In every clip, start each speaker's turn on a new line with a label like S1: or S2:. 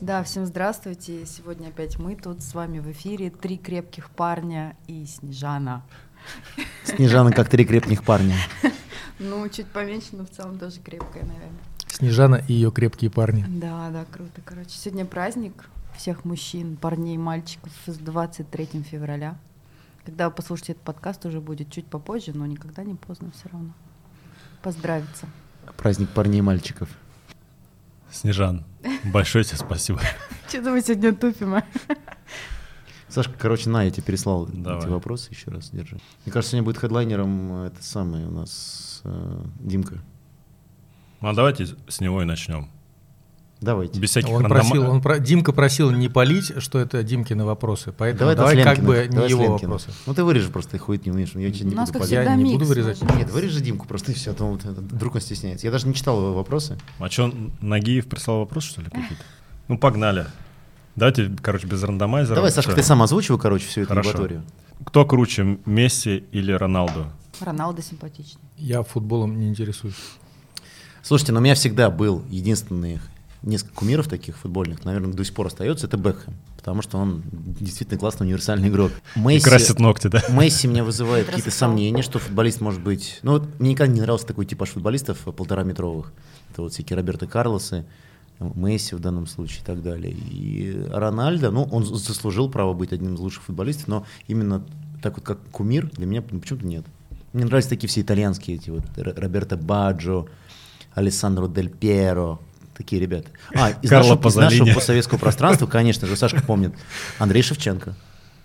S1: Да, всем здравствуйте. Сегодня опять мы тут с вами в эфире. Три крепких парня и Снежана.
S2: Снежана как три крепких парня.
S1: Ну, чуть поменьше, но в целом тоже крепкая, наверное.
S3: Снежана и ее крепкие парни.
S1: Да, да, круто. Короче, сегодня праздник всех мужчин, парней, мальчиков с 23 февраля. Когда вы послушаете этот подкаст, уже будет чуть попозже, но никогда не поздно все равно. Поздравиться.
S2: Праздник парней и мальчиков.
S4: Снежан, большое тебе спасибо.
S1: Что-то мы сегодня тупим. а?
S2: Сашка, короче, на, я тебе переслал
S4: Давай.
S2: эти вопросы еще раз, держи. Мне кажется, сегодня будет хедлайнером э, это самый у нас э, Димка.
S4: Ну, а давайте с него и начнем.
S2: Давайте.
S4: Без всяких
S3: Он
S4: рандома-
S3: просил, он про- Димка просил не палить, что это Димкины вопросы, поэтому
S2: Давай,
S3: давай,
S2: это с
S3: как
S2: Ленкиных,
S3: бы не
S2: давай с
S3: его
S2: Ленкиных.
S3: вопросы.
S2: Ну ты вырежешь просто, ты хуй не умеешь, я
S1: У
S2: тебя не
S1: нас,
S2: буду
S1: как
S2: палить.
S3: Я
S1: всегда,
S3: не
S1: микс.
S3: буду вырезать.
S1: даже.
S2: Нет, вырежи Димку просто и все, а то вот этот вдруг он стесняется. Я даже не читал его вопросы.
S4: А что, Нагиев прислал вопрос, что ли, какие-то? Ну, погнали. Давайте, короче, без рандомайзера.
S2: Давай, Сашка, ты сам озвучивай, короче, всю эту
S4: Хорошо.
S2: лабораторию.
S4: Кто круче, Месси или Роналду?
S1: Роналдо симпатичный.
S3: Я футболом не интересуюсь.
S2: Слушайте, но у меня всегда был единственный несколько кумиров таких футбольных, наверное, до сих пор остается, это Бекхэм, потому что он действительно классный универсальный игрок.
S4: И
S2: Месси,
S4: красит ногти, да?
S2: Месси меня вызывает
S1: Красота.
S2: какие-то сомнения, что футболист может быть... Ну вот мне никогда не нравился такой типаж футболистов э, полтораметровых. Это вот всякие Роберто Карлосы, э, Месси в данном случае и так далее. И Рональдо, ну он з- заслужил право быть одним из лучших футболистов, но именно так вот как кумир для меня ну, почему-то нет. Мне нравятся такие все итальянские, эти вот Р- Роберто Баджо, Алессандро Дель Пьеро, такие ребята. А, из нашего, из
S4: Карло
S2: нашего
S4: Пазолини.
S2: постсоветского пространства, конечно же, Сашка помнит, Андрей Шевченко.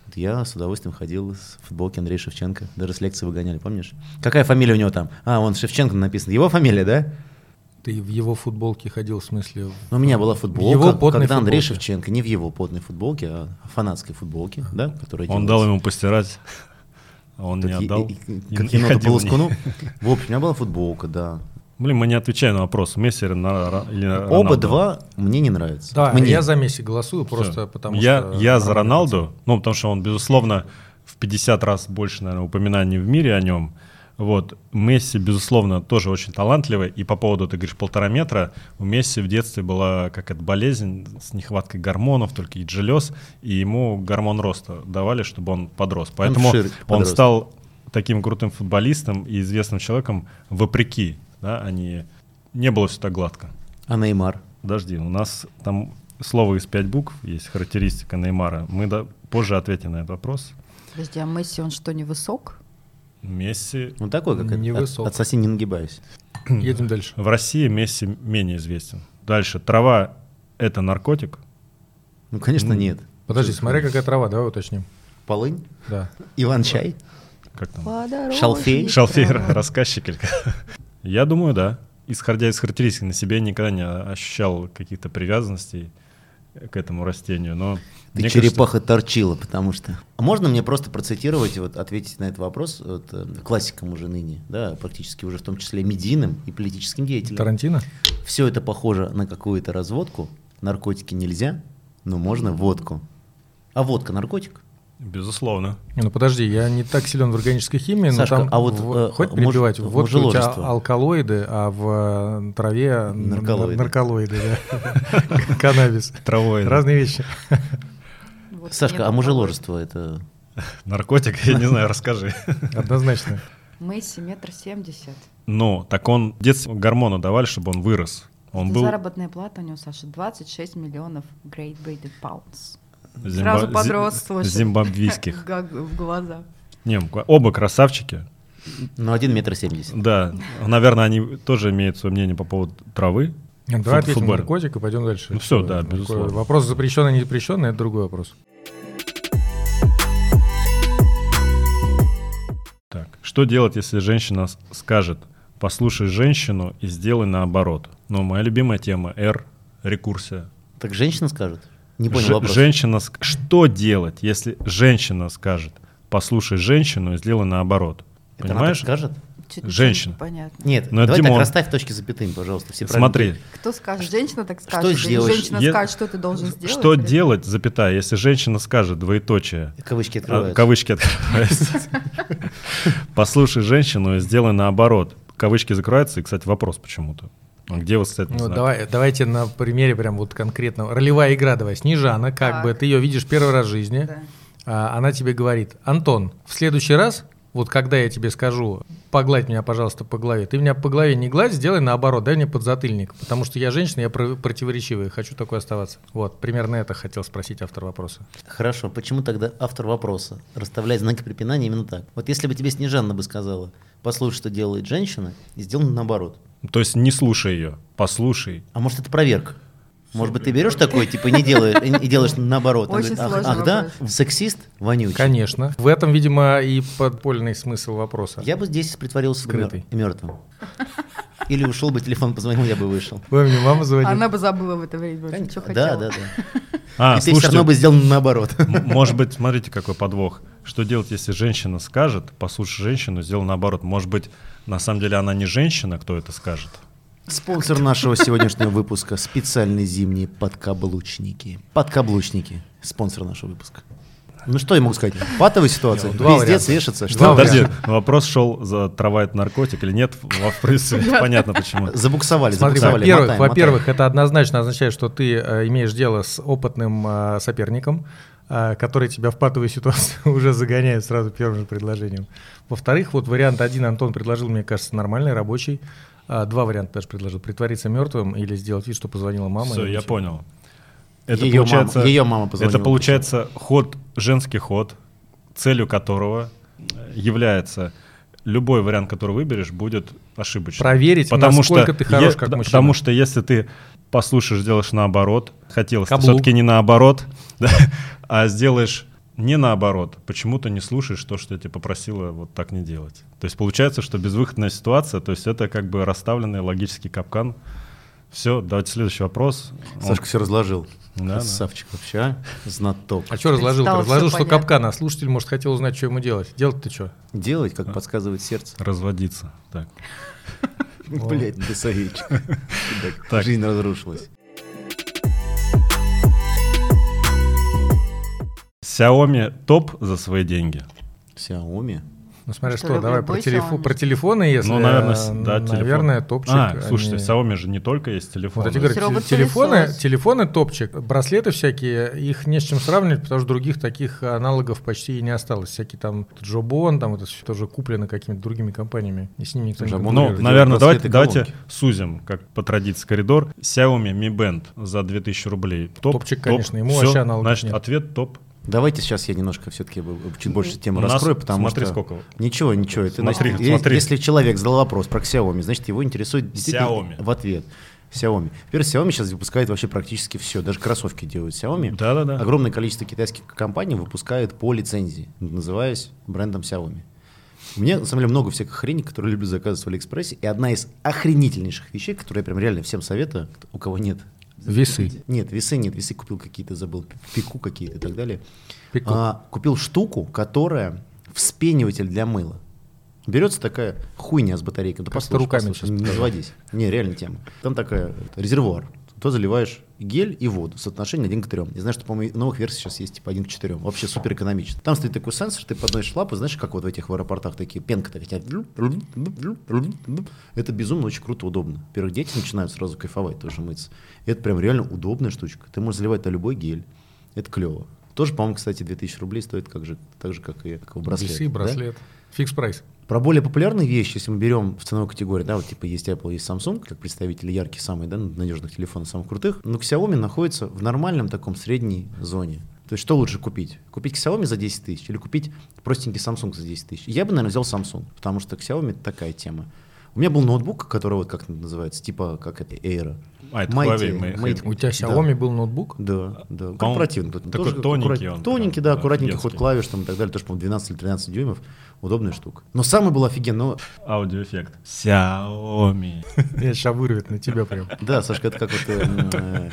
S2: Вот Я с удовольствием ходил с футболки Андрея Шевченко. Даже с лекции выгоняли, помнишь? Какая фамилия у него там? А, он Шевченко написано. Его фамилия, да?
S3: Ты в его футболке ходил, в смысле... в-
S2: Но у меня была футболка,
S3: его потной
S2: когда Андрей
S3: футболке.
S2: Шевченко, не в его потной футболке, а фанатской футболке, да, которая
S4: Он
S2: делалась.
S4: дал ему постирать, а он
S2: Как
S4: не
S2: е-
S4: отдал.
S2: и- и-
S4: И
S2: Как
S4: не
S2: енота
S4: ходил
S2: полоскуну.
S4: в ней.
S2: В общем, у меня была футболка, да.
S4: Блин, мы не отвечаем на вопрос, Месси или на- Ро- или Роналду.
S2: Оба два мне не нравятся.
S3: Да,
S2: Мне.
S3: я за Месси голосую,
S4: Всё.
S3: просто потому
S4: я,
S3: что...
S4: Я за Роналду, ну, потому что он, безусловно, в 50 раз больше, наверное, упоминаний в мире о нем. Вот. Месси, безусловно, тоже очень талантливый. И по поводу, ты говоришь, полтора метра, у Месси в детстве была какая-то болезнь с нехваткой гормонов, только и желез, и ему гормон роста давали, чтобы он подрос. Поэтому
S2: шире
S4: он
S2: подрос.
S4: стал таким крутым футболистом и известным человеком вопреки, да, они... Не было все так гладко.
S2: А Неймар?
S4: Подожди, ну у нас там слово из пять букв, есть характеристика Неймара. Мы да- позже ответим на этот вопрос.
S1: Подожди, а Месси, он что, не высок?
S4: Месси...
S2: Он такой, как это, от,
S3: Невысок.
S2: от соси не нагибаюсь.
S3: Едем дальше.
S4: В России Месси менее известен. Дальше. Трава — это наркотик.
S2: Ну, конечно,
S4: М.
S2: нет.
S3: Подожди, смотри, какая трава, давай уточним.
S2: Полынь,
S3: Да.
S2: Иван-чай.
S4: Как там?
S1: Подороже
S2: Шалфей?
S4: Шалфей
S1: трава.
S4: рассказчик. или как? Я думаю, да. Исходя из характеристик, на себе я никогда не ощущал каких-то привязанностей к этому растению, но...
S2: Ты
S4: мне кажется,
S2: черепаха торчила, потому что. А можно мне просто процитировать, и вот ответить на этот вопрос вот, э, классикам уже ныне, да, практически уже в том числе медийным и политическим деятелям.
S3: Тарантино?
S2: Все это похоже на какую-то разводку. Наркотики нельзя, но можно водку. А водка наркотик?
S4: Безусловно.
S3: Ну подожди, я не так силен в органической химии,
S2: Сашка,
S3: но там
S2: а вот,
S3: в-
S2: э,
S3: хоть
S2: муж-
S3: перебивать, вот у тебя
S2: мужеложество.
S3: алкалоиды, а в э, траве н-
S2: Нарколоиды.
S3: нарколоиды, да. каннабис,
S4: Травой.
S3: разные вещи.
S1: Вот мне
S2: Сашка, а
S1: попало.
S2: мужеложество это.
S4: Наркотик, я не знаю, расскажи.
S3: Однозначно.
S1: Месси метр семьдесят.
S4: Ну, так он в детстве гормоны давали, чтобы он вырос. Он
S1: Это
S4: был
S1: Заработная плата у него, Саша, 26 миллионов Great Britain Pounds.
S4: зимба-
S1: Сразу
S4: зи-
S1: подрос, слушай.
S4: Зимбабвийских.
S1: Га- В глаза.
S4: Не, оба красавчики.
S2: Ну, один метр семьдесят.
S4: Да, наверное, они тоже имеют свое мнение по поводу травы.
S3: Нет, Давай
S4: Фут-
S3: ответим на
S4: футбол.
S3: наркотик и пойдем дальше.
S4: Ну всё,
S3: Такое-
S4: да,
S3: такое
S4: безусловно.
S3: Вопрос запрещенный, не запрещенный, это другой вопрос.
S4: Так, что делать, если женщина с- скажет, послушай женщину и сделай наоборот? Ну, моя любимая тема, Р, рекурсия.
S2: Так женщина скажет? Не понял
S4: Же-
S2: вопрос.
S4: Женщина, ск- что делать, если женщина скажет, послушай женщину и сделай наоборот?
S2: Это она так
S4: Понимаешь?
S2: скажет?
S1: Чуть-чуть
S4: Женщина.
S1: Понятно.
S2: Нет,
S4: Ну, это
S2: давай так
S4: Димон.
S2: расставь точки с запятыми, пожалуйста. Все правильно
S4: Смотри,
S1: Кто скажет? Женщина так
S2: Что
S1: скажет. Или
S2: сделаешь?
S1: Женщина
S4: Е-
S1: скажет, что ты должен сделать.
S4: Что
S1: или-
S4: делать, запятая, если женщина скажет двоеточие,
S2: Кавычки
S4: а,
S2: открываются.
S4: кавычки открываются, послушай женщину и сделай наоборот, кавычки закрываются, и, кстати, вопрос почему-то. А Где вот стоит
S3: Ну, давай, давайте на примере прям вот конкретного. Ролевая игра давай. Снежана, как
S1: Так.
S3: бы, ты ее видишь первый раз в жизни.
S1: Да.
S3: А, она тебе говорит, Антон, в следующий раз, вот когда я тебе скажу, погладь меня, пожалуйста, по голове, ты меня по голове не гладь, сделай наоборот, дай мне подзатыльник, потому что я женщина, я про- противоречивая, хочу такой оставаться. Вот, примерно это хотел спросить автор вопроса.
S2: Хорошо, почему тогда автор вопроса расставляет знаки препинания именно так? Вот если бы тебе Снежанна бы сказала, послушай, что делает женщина, и сделано наоборот.
S4: То есть не слушай ее, послушай.
S2: А может это проверка? Может быть, ты берешь такой, типа, не делаешь, и- и делаешь наоборот. Она
S1: Очень
S2: говорит, ах,
S1: сложный
S2: ах, да,
S1: вопрос.
S2: сексист, вонючий.
S3: Конечно. В этом, видимо, и подпольный смысл вопроса.
S2: Я бы здесь притворился бы
S3: Скрытый.
S2: мер- мертвым. Или ушел бы, телефон позвонил, я бы вышел.
S3: Вы мне мама звонит.
S1: Она бы забыла в это время, вообще, что
S2: да,
S1: хотела.
S2: да, да.
S4: А,
S2: и ты все
S4: слушайте,
S2: равно бы сделал наоборот.
S4: м- может быть, смотрите, какой подвох. Что делать, если женщина скажет, послушай женщину, сделай наоборот. Может быть, на самом деле она не женщина, кто это скажет.
S2: Спонсор нашего сегодняшнего выпуска – специальные зимние подкаблучники. Подкаблучники – спонсор нашего выпуска. Ну что я могу сказать? Патовая ситуация.
S3: Не, ну, два
S2: Пиздец
S3: варианта.
S2: вешаться.
S3: Два
S2: Что?
S4: Подожди,
S3: варианта.
S4: вопрос шел за трава это наркотик или нет? Во- В принципе, понятно почему.
S2: Забуксовали,
S3: Смотри,
S2: забуксовали.
S3: во-первых,
S2: Мотаем,
S3: во-первых, это однозначно означает, что ты э, имеешь дело с опытным э, соперником, э, который тебя в патовую ситуацию уже загоняет сразу первым же предложением. Во-вторых, вот вариант один Антон предложил, мне кажется, нормальный, рабочий. А, Два варианта даже предложил. Притвориться мертвым или сделать вид, что позвонила мама.
S4: Все,
S3: и
S4: я
S3: уйти.
S4: понял.
S2: Её мама- её мама позвонила.
S4: Это получается ход, женский ход, целью которого э, является любой вариант, который выберешь, будет ошибочным.
S3: Проверить, насколько ты хорош как
S4: пот-
S3: мужчина.
S4: Потому что если ты послушаешь, сделаешь наоборот, хотелось
S3: Каблук.
S4: все-таки не наоборот, да, а сделаешь не наоборот, почему-то не слушаешь то, что я тебя попросила вот так не делать. То есть получается, что безвыходная ситуация, то есть это как бы расставленный логический капкан. Все, давайте следующий вопрос.
S2: мотаем.
S4: Он-
S2: Сашка все разложил.
S4: Да, да.
S2: Красавчик вообще, а? знаток.
S3: А что разложил?
S1: Стало всё
S3: Разложил, что
S1: понятно.
S3: капкан, а слушатель, может, хотел узнать, что ему делать. Делать-то что?
S2: Делать, как подсказывает сердце.
S4: Разводиться. Так.
S2: Блять, ты советчик. Чудак,
S4: Так.
S2: Жизнь разрушилась.
S4: Xiaomi топ за свои деньги.
S2: Xiaomi.
S3: Ну, смотря
S1: Что,
S3: что, давай
S1: любой
S3: про, телефо-
S1: Xiaomi?
S3: про телефоны, если...
S4: ну, наверное, с-
S3: э,
S4: да, телефон.
S3: Наверное, топчик.
S4: А, слушайте,
S3: они-
S4: в Xiaomi же не только есть
S3: Вот
S4: телефон.
S3: я тебе говорю,
S1: Есть
S3: те- телефоны,
S1: робот-пылесос.
S3: телефоны топчик, браслеты всякие, их не с чем сравнивать, потому что других таких аналогов почти и не осталось. Всякие там Джобон, там это все тоже куплено какими-то другими компаниями, и с ними никто не
S2: Jabon,
S4: Ну,
S2: Делают
S3: конкурирует.
S4: наверное, давайте,
S2: браслеты,
S4: давайте
S2: колонки.
S4: сузим, как по традиции, коридор. Xiaomi Mi Band за 2000 рублей. Топ,
S3: Топчик,
S4: топ.
S3: конечно, ему
S4: Всё,
S3: вообще аналогов
S4: Значит,
S3: нет.
S4: ответ топ.
S2: Давайте сейчас я немножко все-таки чуть больше тему
S4: У нас-
S2: раскрою, потому
S4: смотри,
S2: что...
S4: сколько.
S2: Ничего, ничего. Это,
S4: Смотри,
S2: значит, е-
S4: смотри.
S2: Если человек задал вопрос про Xiaomi, значит, его интересует действительно
S4: Xiaomi.
S2: в ответ. Xiaomi. Во-первых, Xiaomi сейчас выпускает вообще практически все. Даже кроссовки делают Xiaomi.
S4: Да-да-да.
S2: Огромное количество китайских компаний выпускают по лицензии, называясь брендом Xiaomi. У меня, на самом деле, много всяких хреней, которые люблю заказывать в Алиэкспрессе. И одна из охренительнейших вещей, которую я прям реально всем советую, у кого нет.
S3: Весы.
S2: Нет, весы нет, весы купил какие-то, забыл, пику какие-то и так далее.
S3: Пику.
S2: А, купил штуку, которая вспениватель для мыла. Берется такая хуйня с батарейкой. Да
S3: Просто
S2: послушай,
S3: руками
S2: послушай,
S3: сейчас
S2: не заводись. Не, реально тема. Там такая вот, резервуар. То заливаешь гель и воду. Соотношение 1 к 3. Я знаю, что, по-моему, новых версий сейчас есть типа 1 к 4. Вообще супер экономично. Там стоит такой сенсор, ты подносишь лапу, знаешь, как вот в этих в аэропортах такие пенка такая. Это безумно очень круто, удобно. Во-первых, дети начинают сразу кайфовать, тоже мыться. Это прям реально удобная штучка. Ты можешь заливать на любой гель. Это клево. Тоже, по-моему, кстати, 2000 рублей стоит как же, так же, как и как и браслет.
S3: Весы,
S2: да?
S3: браслет. Фикс прайс.
S2: Про более популярные вещи, если мы берем в ценовой категории, да, вот типа есть Apple, есть Samsung, как представители ярких, самых да, надежных телефонов, самых крутых, но Xiaomi находится в нормальном таком средней зоне. То есть что лучше купить? Купить Xiaomi за 10 тысяч или купить простенький Samsung за 10 тысяч? Я бы, наверное, взял Samsung, потому что Xiaomi это такая тема. У меня был ноутбук, который вот как называется, типа как это, Air.
S4: А, это
S2: Mighty,
S4: Huawei, мы-
S2: Mighty.
S3: У тебя
S2: Да.
S3: Xiaomi был ноутбук?
S2: Да, да.
S4: По-моему,
S2: Корпоративный.
S4: такой тоненький он прям,
S2: Тоненький, да,
S4: да,
S2: аккуратненький
S4: офигенский.
S2: ход клавиш там и так далее. Тоже, по-моему, 12 или 13 дюймов. Удобная штука. Но самое было офигенно.
S4: Аудиоэффект. Xiaomi.
S3: Меня сейчас вырвет на тебя прям.
S2: Да, Сашка, это как вот... э, м, э,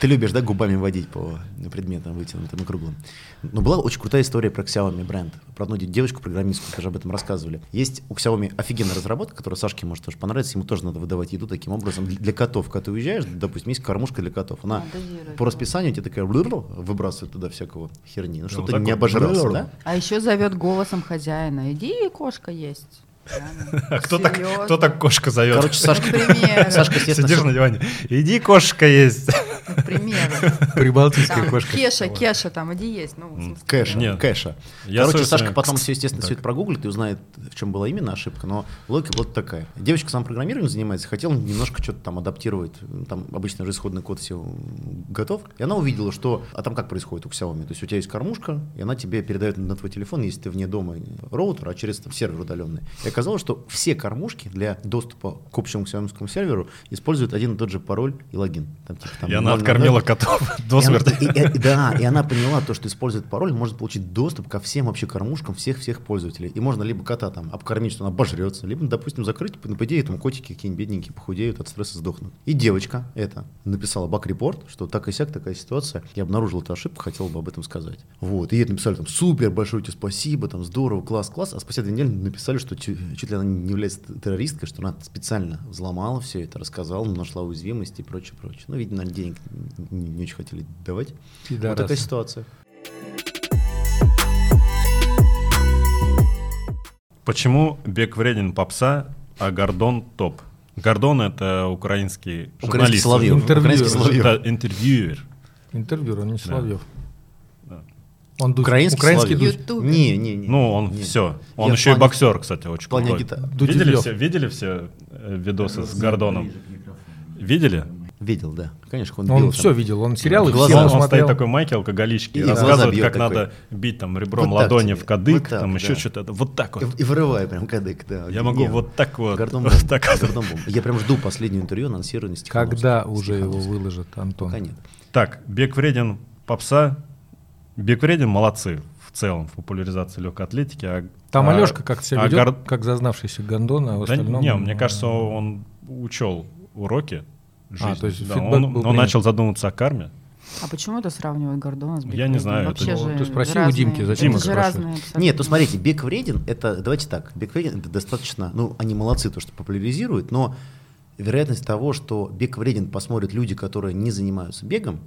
S2: Ты любишь, да, губами водить по предметам вытянутым и круглым. Но была очень крутая история про Xiaomi бренд. Про одну девочку-программистку, даже об этом рассказывали. Есть у Xiaomi офигенная разработка, которая Сашке может тоже понравиться. Ему тоже надо выдавать еду таким образом. Для котов, когда ты уезжаешь, допустим, есть кормушка для котов. Она
S1: Надо зировать,
S2: по
S1: да.
S2: расписанию тебе такая «блыр» выбрасывает туда всякого херни. Ну,
S4: Да,
S2: чтобы
S4: вот
S2: ты
S4: так
S2: не
S4: вот
S2: обожрался,
S4: «блыр».
S2: да?
S1: А еще зовет голосом хозяина. Иди, кошка есть. Прямо.
S4: А кто так,
S1: Серьёзно.
S4: кто так кошка зовет?
S2: Короче, Сашка,
S1: Например.
S2: Сашка, естественно,
S4: Сидишь на диване. Иди, кошка есть.
S1: Ну, к примеру.
S3: Прибалтийская
S1: Там,
S3: кошка.
S1: Кеша, Кеша, там, иди есть. Ну, в смысле,
S2: Кэша,
S4: Нет.
S2: кэша.
S4: Я,
S2: Короче,
S4: собственно,
S2: Сашка потом все, естественно,
S4: так.
S2: все это прогуглит и узнает, в чем была именно ошибка, но логика была такая. Девочка сам программированием занимается, хотела немножко что-то там адаптировать, Ну, там обычно же исходный код все м, готов, и она увидела, что, а там как происходит у Xiaomi, то есть у тебя есть кормушка, и она тебе передает на твой телефон, если ты вне дома роутер, а через там, сервер удаленный. И оказалось, что все кормушки для доступа к общему xiaomi серверу используют один и тот же пароль и логин. Там, типа, там,
S4: И она
S2: 00,
S4: откормила котов до
S2: и она-
S4: смерти.
S2: и- и- и- да, и она поняла то, что использует пароль, может получить доступ ко всем вообще кормушкам всех-всех пользователей. И можно либо кота там обкормить, что он обожрется, либо, допустим, закрыть, ну, по идее, там котики какие-нибудь бедненькие похудеют, от стресса сдохнут. И девочка это написала баг-репорт, что так и сяк, такая ситуация, я обнаружил эту ошибку, хотел бы об этом сказать. Вот, и ей написали там, супер, большое тебе спасибо, там, здорово, класс, класс, а спустя две недели написали, что чу- чуть ли она не является террористкой, что она специально взломала все это, рассказала, нашла уязвимости и прочее, прочее. Ну, видимо, наверное, денег не, не очень хотели давать. Вот такая ситуация.
S4: Почему бег вреден попса, а Гордон топ? Гордон — это украинский
S2: Украинский
S4: журналист.
S2: Соловьев.
S3: Интервью.
S2: Украинский Соловьев.
S4: Да, интервьюер.
S3: Интервьюер, он не Соловьев.
S4: Да.
S3: Он дудь.
S2: Украинский,
S3: Украинский
S2: Соловьев.
S3: дудь.
S1: Ютубер.
S2: Не, не, не.
S4: Ну, он
S2: не.
S4: все. Он
S2: Я в
S4: еще и
S2: плане-
S4: боксер, кстати, очень
S2: в плане
S4: крутой.
S2: агита-
S4: Видели
S3: Дудь-Лёв.
S4: все, видели все э, видосы с Гордоном? Видели?
S2: Видел, да. Конечно, он,
S3: Он
S2: бил
S3: все
S2: там.
S3: видел, он сериал и
S2: Глаза
S3: все
S4: Он, он стоит
S3: смотрел.
S4: такой майке алкоголички и,
S2: И глаза
S4: рассказывает,
S2: бьет
S4: как
S2: такой.
S4: надо бить там ребром
S2: Вот так
S4: ладони
S2: тебе.
S4: в кадык,
S2: Вот так,
S4: там еще
S2: да.
S4: что-то. Вот так вот.
S2: И, и вырывая прям кадык, да.
S4: Я могу
S2: Не,
S4: вот так вот.
S2: Гордон
S4: вот
S2: Бом.
S4: так вот.
S2: Гордон Бом. Я прям жду последнее интервью анонсирования Стихановского.
S3: Когда уже его
S2: Стихановского.
S3: выложат, Антон?
S2: Пока нет.
S4: Так, бег вреден попса. Бег вреден молодцы в целом в популяризации легкой атлетики. а-
S3: Там
S4: а-
S3: Алешка как себя
S4: а
S3: ведет,
S4: Гор-
S3: как зазнавшийся гондон, а в
S4: Да
S3: остальном... ну.
S4: не, мне кажется, он учел уроки жизни.
S3: А, то есть
S4: Да,
S3: фидбэк
S4: он,
S3: был
S4: он
S3: принят.
S4: начал задумываться о карме.
S1: А почему это сравнивают Гордона с
S4: Я
S1: Бекманом?
S4: не знаю,
S1: Вообще
S4: это-
S1: же
S3: Ты спроси у
S1: разные-
S3: Димки, зачем
S4: Дима
S1: это же
S3: спрашивает?
S1: разные абсолютно.
S2: Нет, ну смотрите, Бек вреден, это, давайте так, Бек вреден, это достаточно, ну, они молодцы, то, что популяризируют, но вероятность того, что Бек вреден посмотрят люди, которые не занимаются бегом,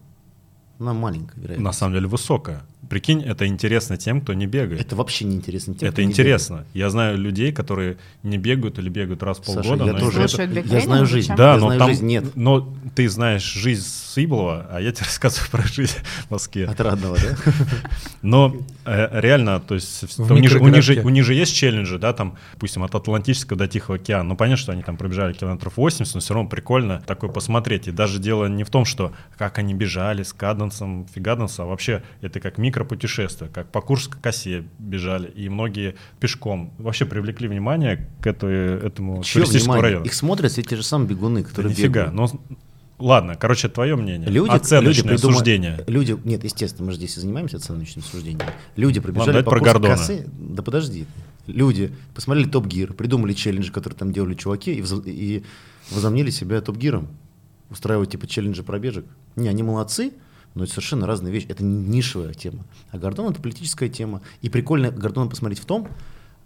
S2: она маленькая
S4: На
S2: вероятность.
S4: самом деле высокая. Прикинь, это интересно тем, кто не бегает.
S2: Это вообще не интересно. тем, кто
S4: Это
S2: не
S4: интересно. Я знаю людей, которые не бегают или бегают раз в
S2: бегает. Саша,
S4: полгода.
S2: я
S4: но
S2: тоже,
S1: это-
S4: им это-
S1: Слушают Бек
S2: я
S1: Вреден,
S2: знаю жизнь,
S1: зачем?
S4: Да,
S2: я
S4: но
S2: знаю
S4: там
S2: жизнь, нет,
S4: Но ты знаешь жизнь Сыблова, а я тебе рассказываю про жизнь в Москве.
S2: отрадного, да?
S4: Но э, реально, то есть в-
S3: В
S4: там у, них, же- у них же,
S3: микрогородке.
S4: у них же есть челленджи, да, там, допустим, от Атлантического до Тихого океана. Ну, понятно, что они там пробежали километров 80, но все равно прикольно такое посмотреть. И даже дело не в том, что как они бежали с каденсом, фигаденсом, а вообще это как микропутешествие, как по Курской косе бежали, и многие пешком. Вообще привлекли внимание к этой- этому
S2: Чье
S4: туристическому
S2: внимание?
S4: району.
S2: Их смотрят все те же самые бегуны,
S4: Да
S2: которые
S4: нифига.
S2: бегают.
S4: Ну, ладно, короче, твое мнение.
S2: Люди,
S4: Оценочное
S2: люди придумали-
S4: суждение.
S2: Люди, нет, естественно, мы же здесь и занимаемся оценочным суждением. Люди пробежали
S4: давай
S2: по
S4: про
S2: курсу
S4: Гордона.
S2: косы. Да подожди. Люди посмотрели Топ Гир, придумали челленджи, которые там делали чуваки, и, вза- и возомнили себя Топ Гиром. Устраивать типа челленджи пробежек. Не, они молодцы, но это совершенно разные вещи. Это не нишевая тема. А Гордон это политическая тема. И прикольно Гордона посмотреть в том,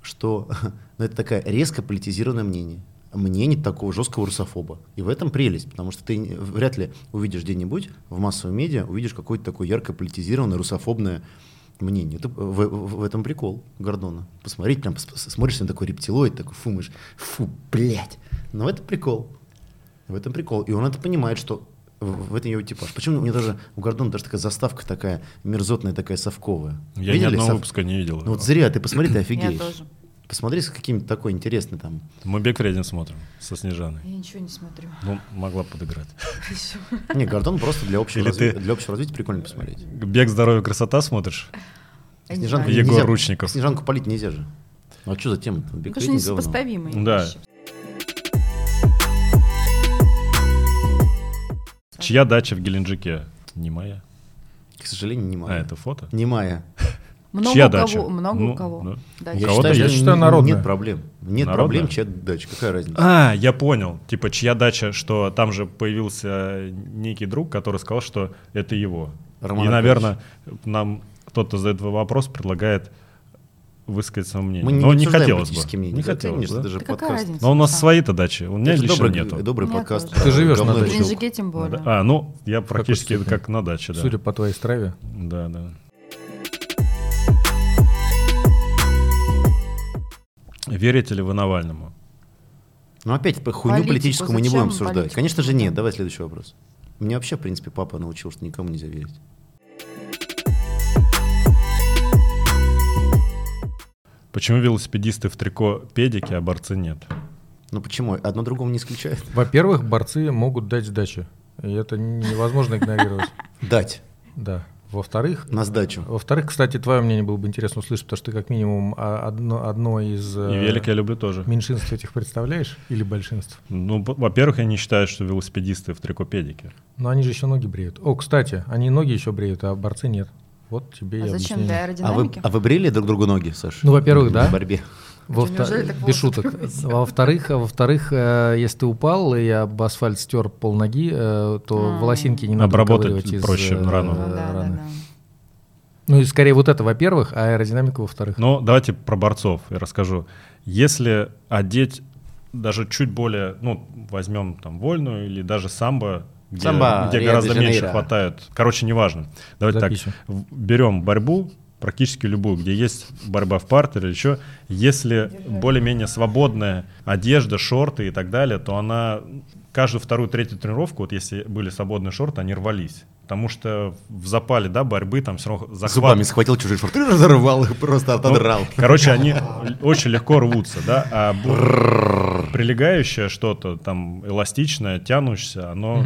S2: что ну, это такая резко политизированное мнение. Мнение такого жесткого русофоба. И в этом прелесть, потому что ты не- вряд ли увидишь где-нибудь в массовом медиа, увидишь какое-то такое ярко политизированное русофобное мнение. Это, э, в, в- в этом прикол Гордона. Посмотреть, прям с- смотришь на такой рептилоид, такой фу, мышь, фу, блядь. Но это прикол. В этом прикол. И он это понимает, что в в этом его типаж. Почему у меня даже у Гордона даже такая заставка такая мерзотная, такая совковая.
S4: Я ни
S2: Видели
S4: одного
S2: сов-
S4: выпуска не видел.
S2: Ну вот зря, ты посмотри, ты
S1: Я
S2: офигеешь.
S1: тоже.
S2: Посмотри с каким-то такой интересный там.
S4: Мы бег вреден смотрим со Снежаной.
S1: Я ничего не смотрю.
S4: Ну, могла подыграть.
S1: И всё.
S2: Не, Гордон просто для общего,
S4: Или
S2: разви-
S4: ты-
S2: для общего развития прикольно посмотреть.
S4: Бег, здоровье, красота смотришь?
S1: Я не
S2: Снежанку
S1: знаю.
S4: Егор
S2: нельзя-
S4: Ручников.
S2: Снежанку палить нельзя же. Ну а что за тема? там?
S1: Ну,
S2: Биг
S1: Конечно,
S2: Рейтинг говно.
S1: несопоставимые
S4: Да.
S1: вещи.
S4: Чья дача в Геленджике? Не моя.
S2: К сожалению, не
S4: А
S2: моя.
S4: это фото?
S2: Не моя.
S1: Много
S4: Чья
S1: у кого,
S4: дача?
S1: много
S4: Ну,
S1: у кого.
S4: да.
S1: Да,
S4: У
S2: Я
S4: кого-то
S2: считаю,
S4: есть.
S2: что
S3: Я считаю,
S2: н-
S3: народная.
S2: Нет проблем. Нет
S4: Народная?
S2: проблем, чья дача. Какая разница?
S4: А, я понял. Типа, чья дача, что там же появился э, некий друг, который сказал, что это его.
S2: Роман
S4: И,
S2: Аркадьевич.
S4: наверное, нам кто-то задает вопрос, предлагает высказать свое мнение.
S2: Мы не,
S4: Но не,
S2: обсуждаем
S4: хотелось бы.
S2: политические мнения.
S4: Не
S2: Да,
S4: хотелось
S2: конечно,
S4: бы.
S2: это
S1: Да
S2: же
S1: какая
S2: подкаст.
S1: разница?
S4: Но у нас
S1: Да.
S4: свои-то дачи. У меня
S2: Это
S4: лично
S2: добрый,
S4: нету.
S2: добрый
S1: У меня
S2: подкаст.
S1: тоже.
S2: про
S3: Ты живешь
S2: говно
S3: на
S2: и
S1: В
S3: даче.
S2: бутылку.
S1: Геленджике тем более.
S4: А, ну, я практически
S3: степени.
S4: как на даче, да.
S3: Судя по твоей страве.
S4: Да, да. верите ли вы Навальному?
S2: Ну опять по хуйню
S1: Политику
S2: политическую мы не будем
S1: зачем?
S2: обсуждать.
S1: Политику,
S2: Конечно же нет.
S1: да.
S2: Давай следующий вопрос. Меня вообще, в принципе, папа научил, что никому нельзя верить.
S4: Почему велосипедисты в трико педики, а борцы нет?
S2: Ну почему? Одно другому не исключает.
S3: Во-первых, борцы могут дать сдачу. И это невозможно игнорировать.
S2: Дать.
S3: Да. Во-вторых,
S2: На сдачу.
S3: во-вторых, кстати, твое мнение было бы интересно услышать, потому что ты как минимум а, одно, одно из
S4: И
S3: э,
S4: велик я люблю тоже.
S3: меньшинств этих представляешь или большинств.
S4: Ну, б- во-первых, я не считаю, что велосипедисты в трико педике.
S3: Но они же еще ноги бреют. О, кстати, они ноги еще бреют, а борцы нет. Вот тебе и
S1: А зачем
S3: объяснение.
S1: для
S2: А вы,
S1: аэродинамики?
S2: а вы брили друг другу ноги, Саша?
S3: Ну, во-первых, да.
S2: В борьбе.
S3: Во
S1: Что, неужели
S3: вто-
S1: так
S3: Без
S1: волосы
S3: шуток.
S1: отвалились?
S3: Во-вторых, во-вторых, э, если ты упал и об асфальт стер полноги, э, то
S1: М.
S3: волосинки не надо
S4: Обработать
S3: выковыривать из,
S4: проще
S3: э,
S4: рану.
S1: А. Ну да, да,
S3: раны.
S1: да.
S3: Ну и скорее вот это, во-первых, а аэродинамика, во-вторых.
S4: Ну, давайте про борцов я расскажу. Если одеть даже чуть более, ну, возьмем там вольную или даже самбо, где,
S2: Самбо,
S4: где
S2: Рио-де
S4: гораздо меньше
S2: Жанейро.
S4: хватает. Короче, неважно. Давайте
S3: Запишем.
S4: так, в- берем борьбу, практически любую, где есть борьба в партере или еще, если более-менее свободная одежда, шорты и так далее, то она каждую вторую, третью тренировку, вот если были свободные шорты, они рвались. Потому что в запале, да, борьбы там все равно захват
S2: Зубами схватил чужие шорты, разорвал их, просто
S4: ну,
S2: отодрал.
S4: Короче, они л- очень легко рвутся, да. А бу- прилегающее что-то, там, эластичное, тянущееся, оно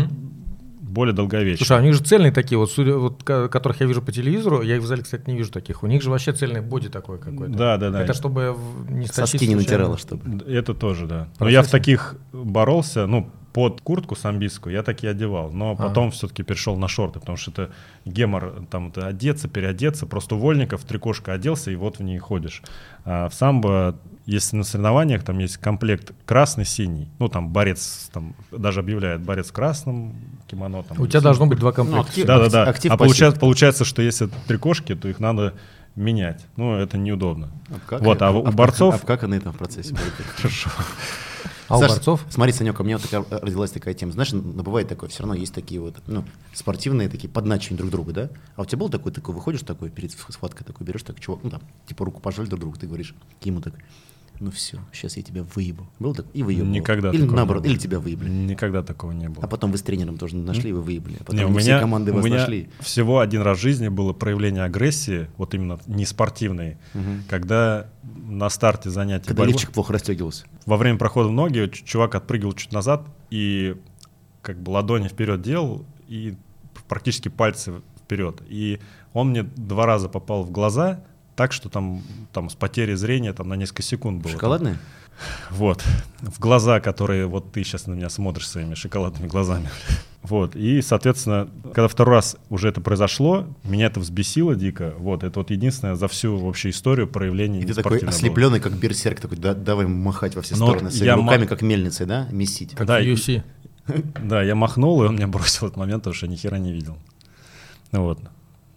S4: более долговечно.
S3: Слушай, а у них же цельные такие, вот, судя, вот ко- которых я вижу по телевизору, я их в зале, кстати, не вижу таких. У них же вообще цельный боди такой какой-то.
S4: Да, да, да.
S3: Это чтобы в- не стащить
S2: Соски не
S3: случайно.
S2: натирала, чтобы.
S4: Д- Это тоже, да. Но я в
S3: Процессы?
S4: таких боролся, ну, под куртку самбийскую я такие одевал, но потом все-таки перешел на шорты, потому что это гемор, там, это одеться, переодеться, просто увольников трикошка оделся, и вот в ней ходишь. А в самбо, если на соревнованиях, там есть комплект красный, синий, ну, там, борец, там, даже объявляет борец в красном кимоно. Там,
S3: У тебя должно быть два
S1: Ну,
S3: комплекта.
S2: актив-
S4: Да, да, да.
S2: актив-
S4: а
S2: пассив.
S4: получается, получается, что если трикошки, то их надо менять. Ну, это неудобно. Вот, а у
S2: Обкакан-
S4: борцов-
S2: Обкаканы там в процессе. борьбы.
S3: А у
S2: Саш,
S3: борцов?
S2: Смотри, Санек, у меня вот такая, э, родилась такая тема. Знаешь, ну, бывает такое, все равно есть такие вот, ну, спортивные такие подначивания друг друга, да? А у тебя был такой, такой, выходишь такой, перед схваткой такой, берешь так, чувак, ну, там, типа, руку пожали друг другу, ты говоришь ему так, ну все, сейчас я тебя выебу. Был так? И выебал.
S4: Никогда
S2: Или
S4: такого не
S2: наоборот,
S4: было.
S2: или тебя выебли.
S4: Никогда такого не было.
S2: А потом вы с тренером тоже нашли, и вы выебли. А потом
S4: Не, у
S2: не
S4: меня,
S2: все команды
S4: у
S2: вас
S4: меня
S2: нашли.
S4: всего один раз в жизни было проявление агрессии, вот именно не спортивной, когда на старте занятий
S2: Когда
S4: борьбы-
S2: лифчик плохо расстегивался.
S4: во время прохода в ноги ч- чувак отпрыгивал чуть назад и как бы ладони вперед делал и практически пальцы вперед. И он мне два раза попал в глаза, так что там, там с потерей зрения там на несколько секунд было.
S2: Шоколадные?
S4: Вот. В глаза, которые вот ты сейчас на меня смотришь своими шоколадными глазами. Вот. И, соответственно, когда второй раз уже это произошло, меня это взбесило дико. Вот. Это вот единственное за всю вообще историю проявление
S2: И ты такой
S4: неспортивное было.
S2: ослепленный, как берсерк, такой, да, давай махать во все
S4: Ну,
S2: стороны,
S4: вот
S2: своими
S4: я
S2: руками,
S4: ма-
S2: как мельницей, да, месить.
S3: Как
S4: да,
S3: в
S4: и-
S3: UFC.
S4: Да, я махнул, и он меня бросил в этот момент, потому что я ни хера не видел. Ну Вот.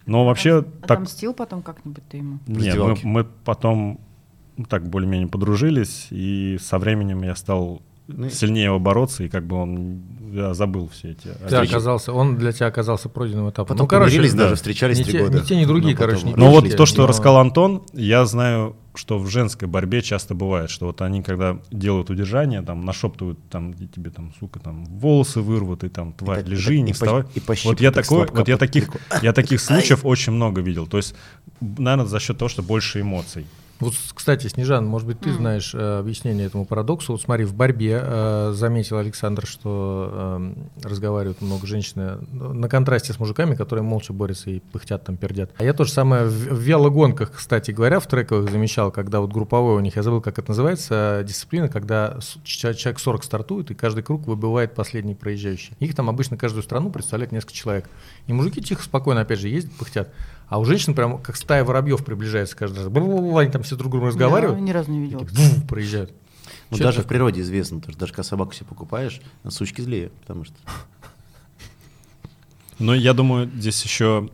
S4: Но вообще
S1: Отом-
S4: так...
S1: А Отомстил потом как-нибудь ты ему?
S2: В
S4: Нет, мы,
S2: раздевалке.
S4: мы потом ну, так более-менее подружились, и со временем я стал
S2: Ну и-
S4: сильнее его бороться, и как бы он я забыл все эти...
S3: Ты
S2: а
S4: обиды.
S3: оказался, он для тебя оказался пройденным этапом.
S2: Потом
S3: ну, короче,
S2: помирились даже,
S4: да.
S2: встречались
S3: ни
S2: три
S3: те-
S2: года.
S3: ни те, ни
S2: Но
S3: другие,
S2: потом
S3: короче, не
S2: вот
S4: Ну вот
S3: Пришли,
S4: то, что
S3: но-
S4: рассказал Антон, я знаю, что в женской борьбе часто бывает, что вот они, когда делают удержание, там нашептывают, там и тебе там, сука, там волосы вырвут, и там тварь
S2: так-
S4: лежи,
S2: и
S4: не
S2: по-
S4: вставай.
S2: и по щеке
S4: вот я
S2: так
S4: такой,
S2: слабо
S4: вот я
S2: под
S4: таких,
S2: тыкву.
S4: я таких случаев очень много видел. То есть, наверное, за счет того, что больше эмоций.
S3: Вот, с- кстати, Снежан, может быть, ты знаешь э, объяснение этому парадоксу. Вот смотри, в борьбе э, заметил Александр, что э, разговаривают много женщины ну, на контрасте с мужиками, которые молча борются и пыхтят там, пердят. А я тоже самое в, в велогонках, кстати говоря, в трековых замечал, когда вот групповой у них, я забыл, как это называется, э, дисциплина, когда с- ч- человек 40 стартует, и каждый круг выбивает последний проезжающий. Их там обычно каждую страну представляет несколько человек. И мужики тихо, спокойно, опять же, ездят, пыхтят. А у женщин прям как стая воробьев приближается каждый раз. Бла-бла-бла, они там все друг с другом
S1: Я
S3: разговаривают.
S1: ни разу не видел.
S3: такие вуф, проезжают.
S2: Ну,
S3: Чё
S2: даже
S3: это
S2: в природе известно, то, что даже когда собаку себе покупаешь, сучки злее, потому что...
S4: Но я думаю, здесь еще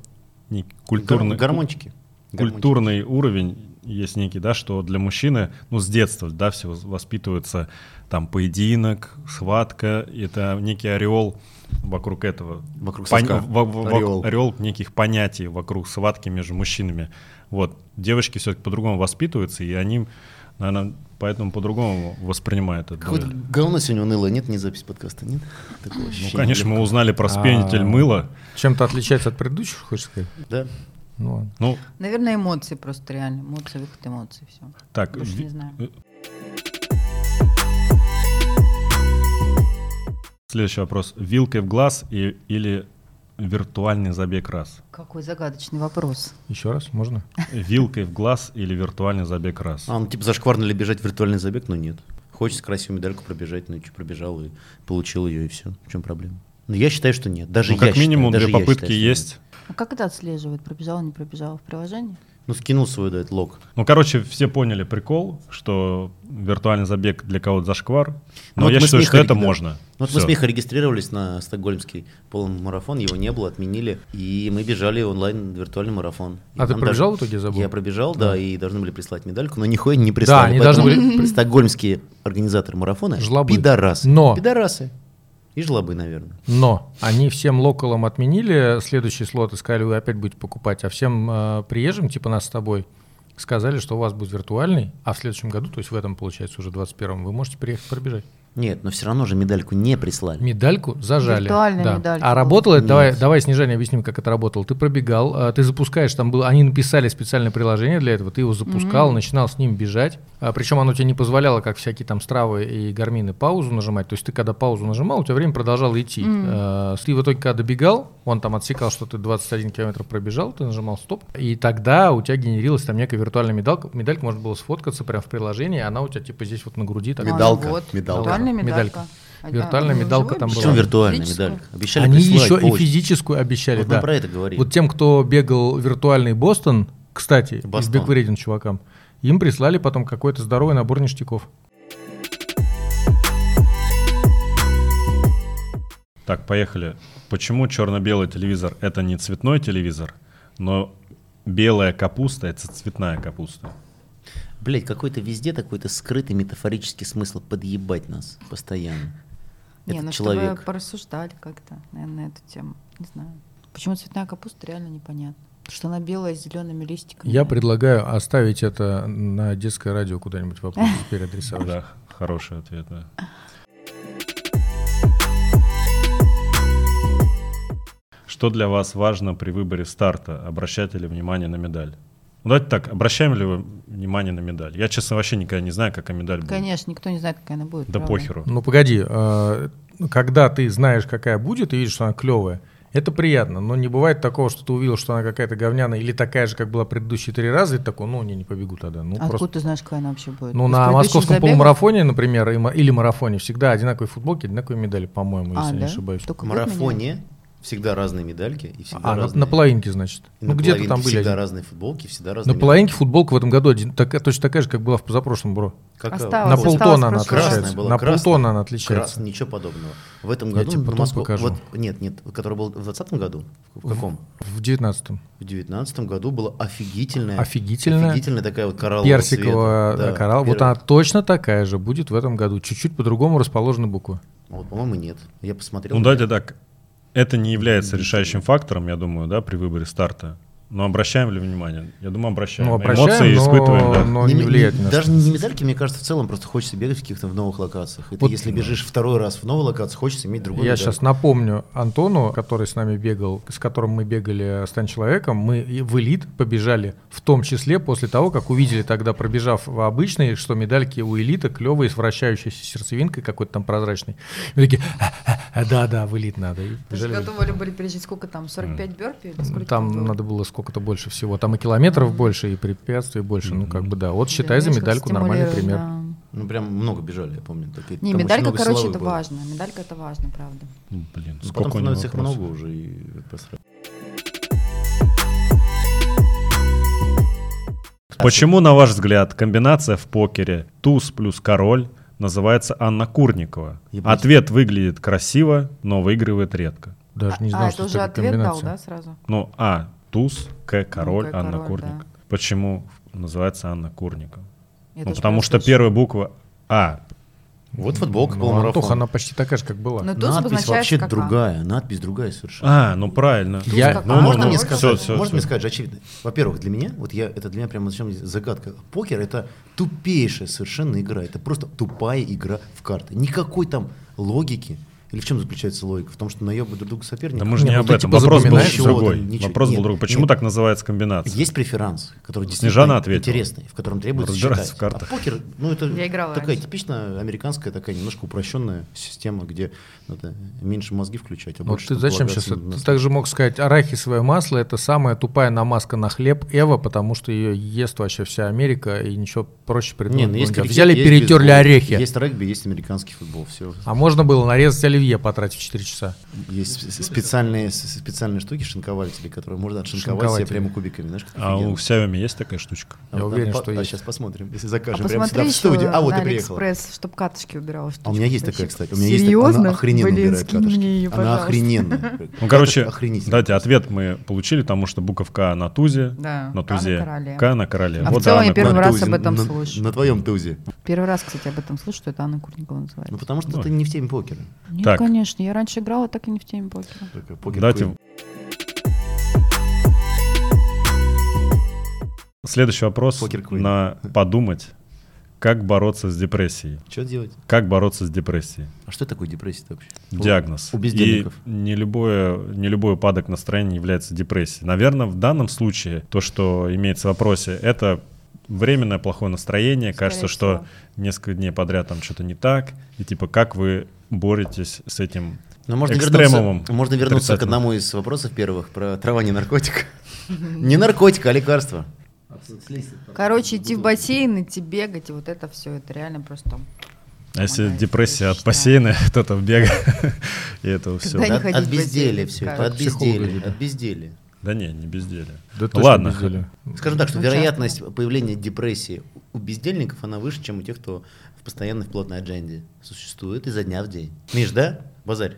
S4: не культурный,
S2: Гор- Гормончики.
S4: культурный уровень есть некий, да, что для мужчины, ну, с детства, да, все воз- воспитывается там поединок, схватка, и это некий ореол вокруг этого.
S2: Вокруг
S4: Пон-
S2: соска.
S4: во- во- во-
S2: Ореол.
S4: орел неких понятий вокруг схватки между мужчинами. Вот. Девочки все-таки по-другому воспитываются, и они, наверное, поэтому по-другому воспринимают это.
S2: Какое-то говно сегодня унылое. Нет, не запись подкаста, нет? Такого
S4: Ну,
S2: ощущения.
S4: конечно, мы узнали про спенитель
S3: А.
S4: мыла.
S3: Чем-то отличается от предыдущих, хочешь сказать?
S2: Да.
S3: Ну ладно.
S4: Ну,
S1: Наверное, эмоции просто реально. Эмоции, выход эмоций, все.
S4: так,
S1: Больше
S4: ви-
S1: не знаю.
S4: следующий вопрос. Вилкой в глаз и- или виртуальный забег раз?
S1: Какой загадочный вопрос.
S3: Еще раз, можно?
S4: Вилкой в глаз или виртуальный забег раз?
S2: А, ну типа зашкварно ли бежать в виртуальный забег? Ну нет. Хочется красивую медальку пробежать, ну и чё, пробежал и получил ее, и все. В чем проблема? Ну я считаю, что нет. Даже
S4: Ну, как
S2: я
S4: минимум
S2: считаю, даже
S4: две
S2: я
S4: попытки
S2: считаю, что
S4: есть.
S1: А как это отслеживает? Пробежала, не пробежала в приложении?
S2: нет. Ну скинул свой, да, этот лог.
S4: Ну, короче, все поняли прикол, что виртуальный забег для кого-то зашквар.
S2: Ну,
S4: Но
S2: вот
S4: я
S2: мы с
S4: считаю, что
S2: Михой,
S4: это
S2: да.
S4: можно.
S2: Ну, вот
S4: Всё.
S2: мы с Михой регистрировались на стокгольмский полумарафон, его не было, отменили, и мы бежали онлайн виртуальный марафон. И
S3: А ты
S2: нам
S3: пробежал
S2: даже-
S3: в итоге, забыл?
S2: ну Я пробежал, да, и должны были прислать медальку, но нихуя не прислали.
S3: они
S2: поэтому
S3: должны были при-
S2: Стокгольмские организаторы марафона
S3: Жлобы.
S2: пидорасы.
S3: Но.
S2: Пидорасы. И жлобы, наверное.
S3: Но они всем локалам отменили следующий слот и сказали, вы опять будете покупать, а всем э, приезжим, типа нас с тобой, сказали, что у вас будет виртуальный, а в следующем году, то есть в этом, получается, уже 21-м, вы можете приехать пробежать.
S2: Нет, но все равно же медальку не прислали.
S3: Медальку зажали.
S1: Виртуальная медалька
S3: А работало, это- давай,
S2: Нет.
S3: давай снижение объясним, как это работало. Ты пробегал, а, ты запускаешь, там было, они написали специальное приложение для этого, ты его запускал, начинал с ним бежать. причем оно тебе не позволяло, как всякие там стравы и гармины, паузу нажимать. То есть ты когда паузу нажимал, у тебя время продолжало идти. А, ты в итоге, когда добегал, он там отсекал, что ты 21 километр пробежал, ты нажимал стоп, и тогда у тебя генерилась там некая виртуальная медалька. Медалька можно было сфоткаться прямо в приложении, она у тебя типа здесь вот на груди. Так.
S1: А, ну
S2: Медалка,
S1: вот,
S2: медалка.
S1: Виртуальная
S3: Медалька.
S1: медалька. А- а,
S3: Виртуальная
S1: ну,
S3: медалка
S1: живой
S3: там
S1: бежал?
S2: Причем
S3: была.
S2: виртуальная
S1: Физическую?
S2: медалька? Обещали
S3: Они
S2: прислать
S3: еще
S2: по
S3: и
S2: почте.
S3: физическую обещали,
S2: Вот
S3: да.
S2: мы про это говорили.
S3: Вот тем, кто бегал виртуальный Бостон, кстати, из
S2: Бостон.
S3: Бигвредин чувакам, им прислали потом какой-то здоровый набор ништяков.
S4: Так, поехали. Почему черно-белый телевизор это не цветной телевизор, но белая капуста это цветная капуста?
S2: Блять, какой-то везде такой-то скрытый метафорический смысл подъебать нас постоянно.
S1: Не,
S2: Этот
S1: ну чтобы
S2: человек.
S1: порассуждали как-то, наверное, на эту тему. Не знаю. Почему цветная капуста реально непонятно. Потому что она белая с зелеными листиками.
S3: Я предлагаю оставить это на детское радио куда-нибудь вопрос переадресовать.
S4: Да, хороший ответ, да. Что для вас важно при выборе старта? Обращаете ли внимание на медаль? Ну, давайте так, обращаем ли вы внимание на медаль? Я, честно, вообще никогда не знаю, какая медаль будет.
S1: Конечно, никто не знает, какая она будет.
S4: Да
S1: правда.
S4: похеру.
S3: Ну погоди, э, когда ты знаешь, какая будет, и видишь, что она клевая, это приятно, но не бывает такого, что ты увидел, что она какая-то говняная или такая же, как была предыдущие три раза, и ты такой, ну, не, не побегу тогда. Ну,
S1: Откуда
S3: просто
S1: ты знаешь, какая она вообще будет?
S3: Ну,
S1: Из
S3: на
S1: предыдущих
S3: московском
S1: забегов? А,
S3: полумарафоне, например, и ма- или марафоне всегда одинаковые футболки, одинаковые медали, по-моему,
S1: А,
S3: если я не
S1: да?
S3: ошибаюсь.
S2: В
S1: Только вот меня.
S2: марафоне всегда разные медальки и всегда
S3: А, на,
S2: Типа разные.
S3: на половинке, значит.
S2: и
S3: ну,
S2: на
S3: где-то
S2: половинке
S3: там были.
S2: Всегда
S3: один-
S2: разные футболки, всегда разные.
S3: На
S2: медальки.
S3: половинке футболка в этом году один- такая- точно такая же, как была в позапрошлом, бро.
S2: Какая?
S1: Осталось, А,
S3: на
S1: вот
S3: полтона она
S1: осталось прошлое.
S3: отличается.
S2: Красная была,
S3: на
S2: красная.
S3: полтона она отличается.
S2: Крас, ничего подобного. В этом
S3: Я
S2: году
S3: тебе
S2: на
S3: потом
S2: Москву-
S3: покажу.
S2: вот- нет, нет, который был в 20 году. В каком?
S3: В девятнадцатом.
S2: В 19 году была офигительная.
S3: Офигительная.
S2: Офигительная такая вот кораллового
S3: Персиковая э,
S2: цвета. Да,
S3: коралл. Вот
S2: пер-
S3: она точно такая же будет в этом году. Чуть-чуть по-другому расположены буквы.
S2: А Вот, по-моему, нет. Я посмотрел.
S4: Ну, давайте так, это не является решающим фактором, я думаю, да, при выборе старта. Но обращаем ли внимание? Я думаю, обращаем.
S3: Ну, обращаем,
S4: Эмоции
S3: но-
S4: испытываем, да.
S3: но не влияет ни на
S2: Даже
S3: что.
S2: не медальки, мне кажется, в целом просто хочется бегать в каких-то в новых локациях. И ты,
S3: Вот-
S2: если бежишь второй раз в новой локации, хочется иметь другую
S3: Я
S2: медальку.
S3: сейчас напомню Антону, который с нами бегал, с которым мы бегали э, «Стань человеком», мы и в элит побежали, в том числе после того, как увидели тогда, пробежав в обычные, что медальки у элита клевые, с вращающейся сердцевинкой какой-то там прозрачной. Мы такие, «А, да-да, в элит надо. И
S1: То есть
S3: побежали в элит.
S1: готовы ли были пережить сколько там, 45 бёрпи или А сколько
S3: Ну, Там
S1: было?
S3: надо было сколько-то больше всего. Там и километров больше, и препятствий больше. Ну, как бы да. Вот считай за
S1: Немножко
S3: медальку нормальный пример.
S1: стимулировано.
S2: Ну, прям много бежали, я помню. Так, и
S1: Не,
S2: там очень
S1: медалька,
S2: много
S1: короче,
S2: силовых
S1: это
S2: было.
S1: важно. Медалька это важно, правда.
S4: Блин,
S2: Ну,
S4: сколько
S2: Потом
S4: у него
S2: становится их
S4: вопросов.
S2: много уже. И... посра-
S4: Почему, на ваш взгляд, комбинация в покере туз плюс король называется Анна Курникова?
S2: Ебать.
S4: Ответ выглядит красиво, но выигрывает редко.
S3: Даже не
S1: А,
S3: знал,
S1: а это
S3: что это
S1: уже
S3: такая
S1: ответ дал,
S3: комбинация.
S1: да, сразу?
S4: Ну, А, туз, К,
S2: Ну,
S4: король,
S1: К,
S4: Анна
S1: король,
S4: Курникова.
S1: да.
S4: Почему называется Анна Курникова?
S1: Я
S4: ну,
S1: даже
S4: потому
S1: прям
S4: что
S1: слышу.
S4: первая буква А
S2: Вот футболка
S3: Ну, Антоха,
S2: полумарафон.
S3: она почти такая же, как была.
S1: Ну, тут
S2: Надпись
S1: обозначается
S2: вообще
S1: как А.
S2: другая. Надпись другая совершенно.
S4: А, ну правильно.
S1: Тут
S3: Я-
S1: как
S4: ну,
S1: А.
S2: А можно
S4: ну,
S2: мне
S4: ну,
S2: сказать,
S4: всё, всё,
S2: можно
S4: всё.
S2: мне сказать же очевидно. Во-первых, для меня, вот я, это для меня прямо зачем здесь загадка. Покер это тупейшая совершенно игра. Это просто тупая игра в карты. Никакой там логики. Или в чем заключается логика? В том, что наебы друг друга соперника.
S4: Да мы же не
S3: Нет,
S4: об
S3: ну, ты,
S4: этом.
S3: типа,
S4: Вопрос был
S2: запоминаешь
S4: другой.
S2: чего-то, ничего.
S4: Вопрос был
S2: Нет,
S4: другой. Почему
S2: нет.
S4: так называется комбинация?
S2: Есть преферанс, который
S4: Снежана
S2: действительно
S4: ответила.
S2: интересный, в котором требуется
S4: Разбираться
S2: считать.
S4: в картах.
S2: А покер, ну это
S1: Я играла
S2: такая
S1: раньше.
S2: типично американская, такая немножко упрощенная система, где надо меньше мозги включать, а
S3: Вот
S2: больше
S3: ты зачем сейчас?
S2: полагаться
S3: это?
S2: на
S3: Ты
S2: наследие.
S3: также мог сказать, арахисовое масло – это самая тупая намазка на хлеб Эва, потому что ее ест вообще вся Америка, и ничего проще придумать.
S2: Не, ну
S3: было
S2: есть
S3: нельзя.
S2: крикет,
S3: Взяли,
S2: есть
S3: перетерли
S2: бейсбол,
S3: орехи.
S2: Есть регби, есть американский футбол, все.
S3: А можно было нарезать оливье, потратив 4 часа.
S4: Ну,
S2: Есть с- специальные, с- специальные штуки, шинкователи, которые можно отшинковать
S3: Шинкователи.
S2: себе прямо кубиками. Знаешь, как
S4: А
S2: офигенно.
S4: у Xiaomi есть такая штучка?
S2: А
S3: Я
S2: вот
S3: уверен,
S2: надо
S3: что
S2: по-
S3: есть.
S2: А сейчас посмотрим, если
S1: А
S2: закажем прямо
S1: посмотри
S2: сюда в
S1: еще
S2: студию. А вот
S1: на
S2: и приехала.
S1: Алиэкспресс, чтобы каточки убирала.
S2: А
S1: штучку.
S2: у меня есть
S1: Зачем?
S2: такая, кстати. У меня есть такая, ну,
S1: Серьезно?
S2: она охрененно
S1: Блин,
S2: убирает
S1: скинь
S2: катышки.
S1: мне ее,
S2: Она
S1: пожалуйста.
S2: охрененно. убирает.
S4: Ну, короче,
S2: Охренительно.
S4: дайте ответ мы получили, потому что буковка А на тузе,
S1: Да,
S4: на
S1: «К» на
S4: тузе,
S1: короле.
S4: К на короле.
S1: А в целом
S4: Анна
S1: я первый
S4: Курникова.
S1: раз
S2: Тузе,
S1: об этом
S2: на-
S1: слышу.
S2: На твоем тузе.
S1: Первый раз, кстати, об этом слышу, что это Анна Курникова называется.
S2: Ну, потому что
S4: Ой.
S2: ты не в теме покера.
S1: Нет,
S4: Ну, Так.
S1: конечно. Я раньше играла, так и не в теме покера.
S2: Только покер
S4: Дайте-
S2: какой-
S4: Следующий вопрос
S2: Покер Queen.
S4: на подумать. Как бороться с депрессией?
S2: Что делать?
S4: Как бороться с депрессией?
S2: А что такое депрессия вообще?
S4: Диагноз.
S2: У бездельников.
S4: И не, любое, не любой упадок настроения является депрессией. Наверное, в данном случае то, что имеется в вопросе, это временное плохое настроение.
S1: Скорее
S4: Кажется, что
S1: всего.
S4: несколько дней подряд там что-то не так. И типа, как вы боретесь с этим?
S2: Ну, можно
S4: Экстремумом.
S2: вернуться, можно вернуться к
S4: Отрицательным.
S2: одному из вопросов первых про трава не наркотик. Не наркотик, а лекарство.
S1: Короче, идти в бассейн, идти бегать, и вот это все, это реально просто...
S4: А если
S1: Помогает,
S4: депрессия
S1: я
S4: от
S1: считаю.
S4: бассейна, то там бега и этого все.
S1: Да не
S2: От-
S1: ходить
S2: От
S1: в бассейн,
S2: безделия все это, от
S1: короче.
S2: безделия,
S3: Психолога,
S2: от безделия.
S4: Да не, не безделие.
S3: Да
S4: Ну
S3: точно
S4: Ладно.
S3: пиздели.
S2: Скажем так, что
S1: Ну,
S2: вероятность появления депрессии у бездельников, она выше, чем у тех, кто в постоянной в плотной адженде существует изо дня в день. Миш, да? Базарь.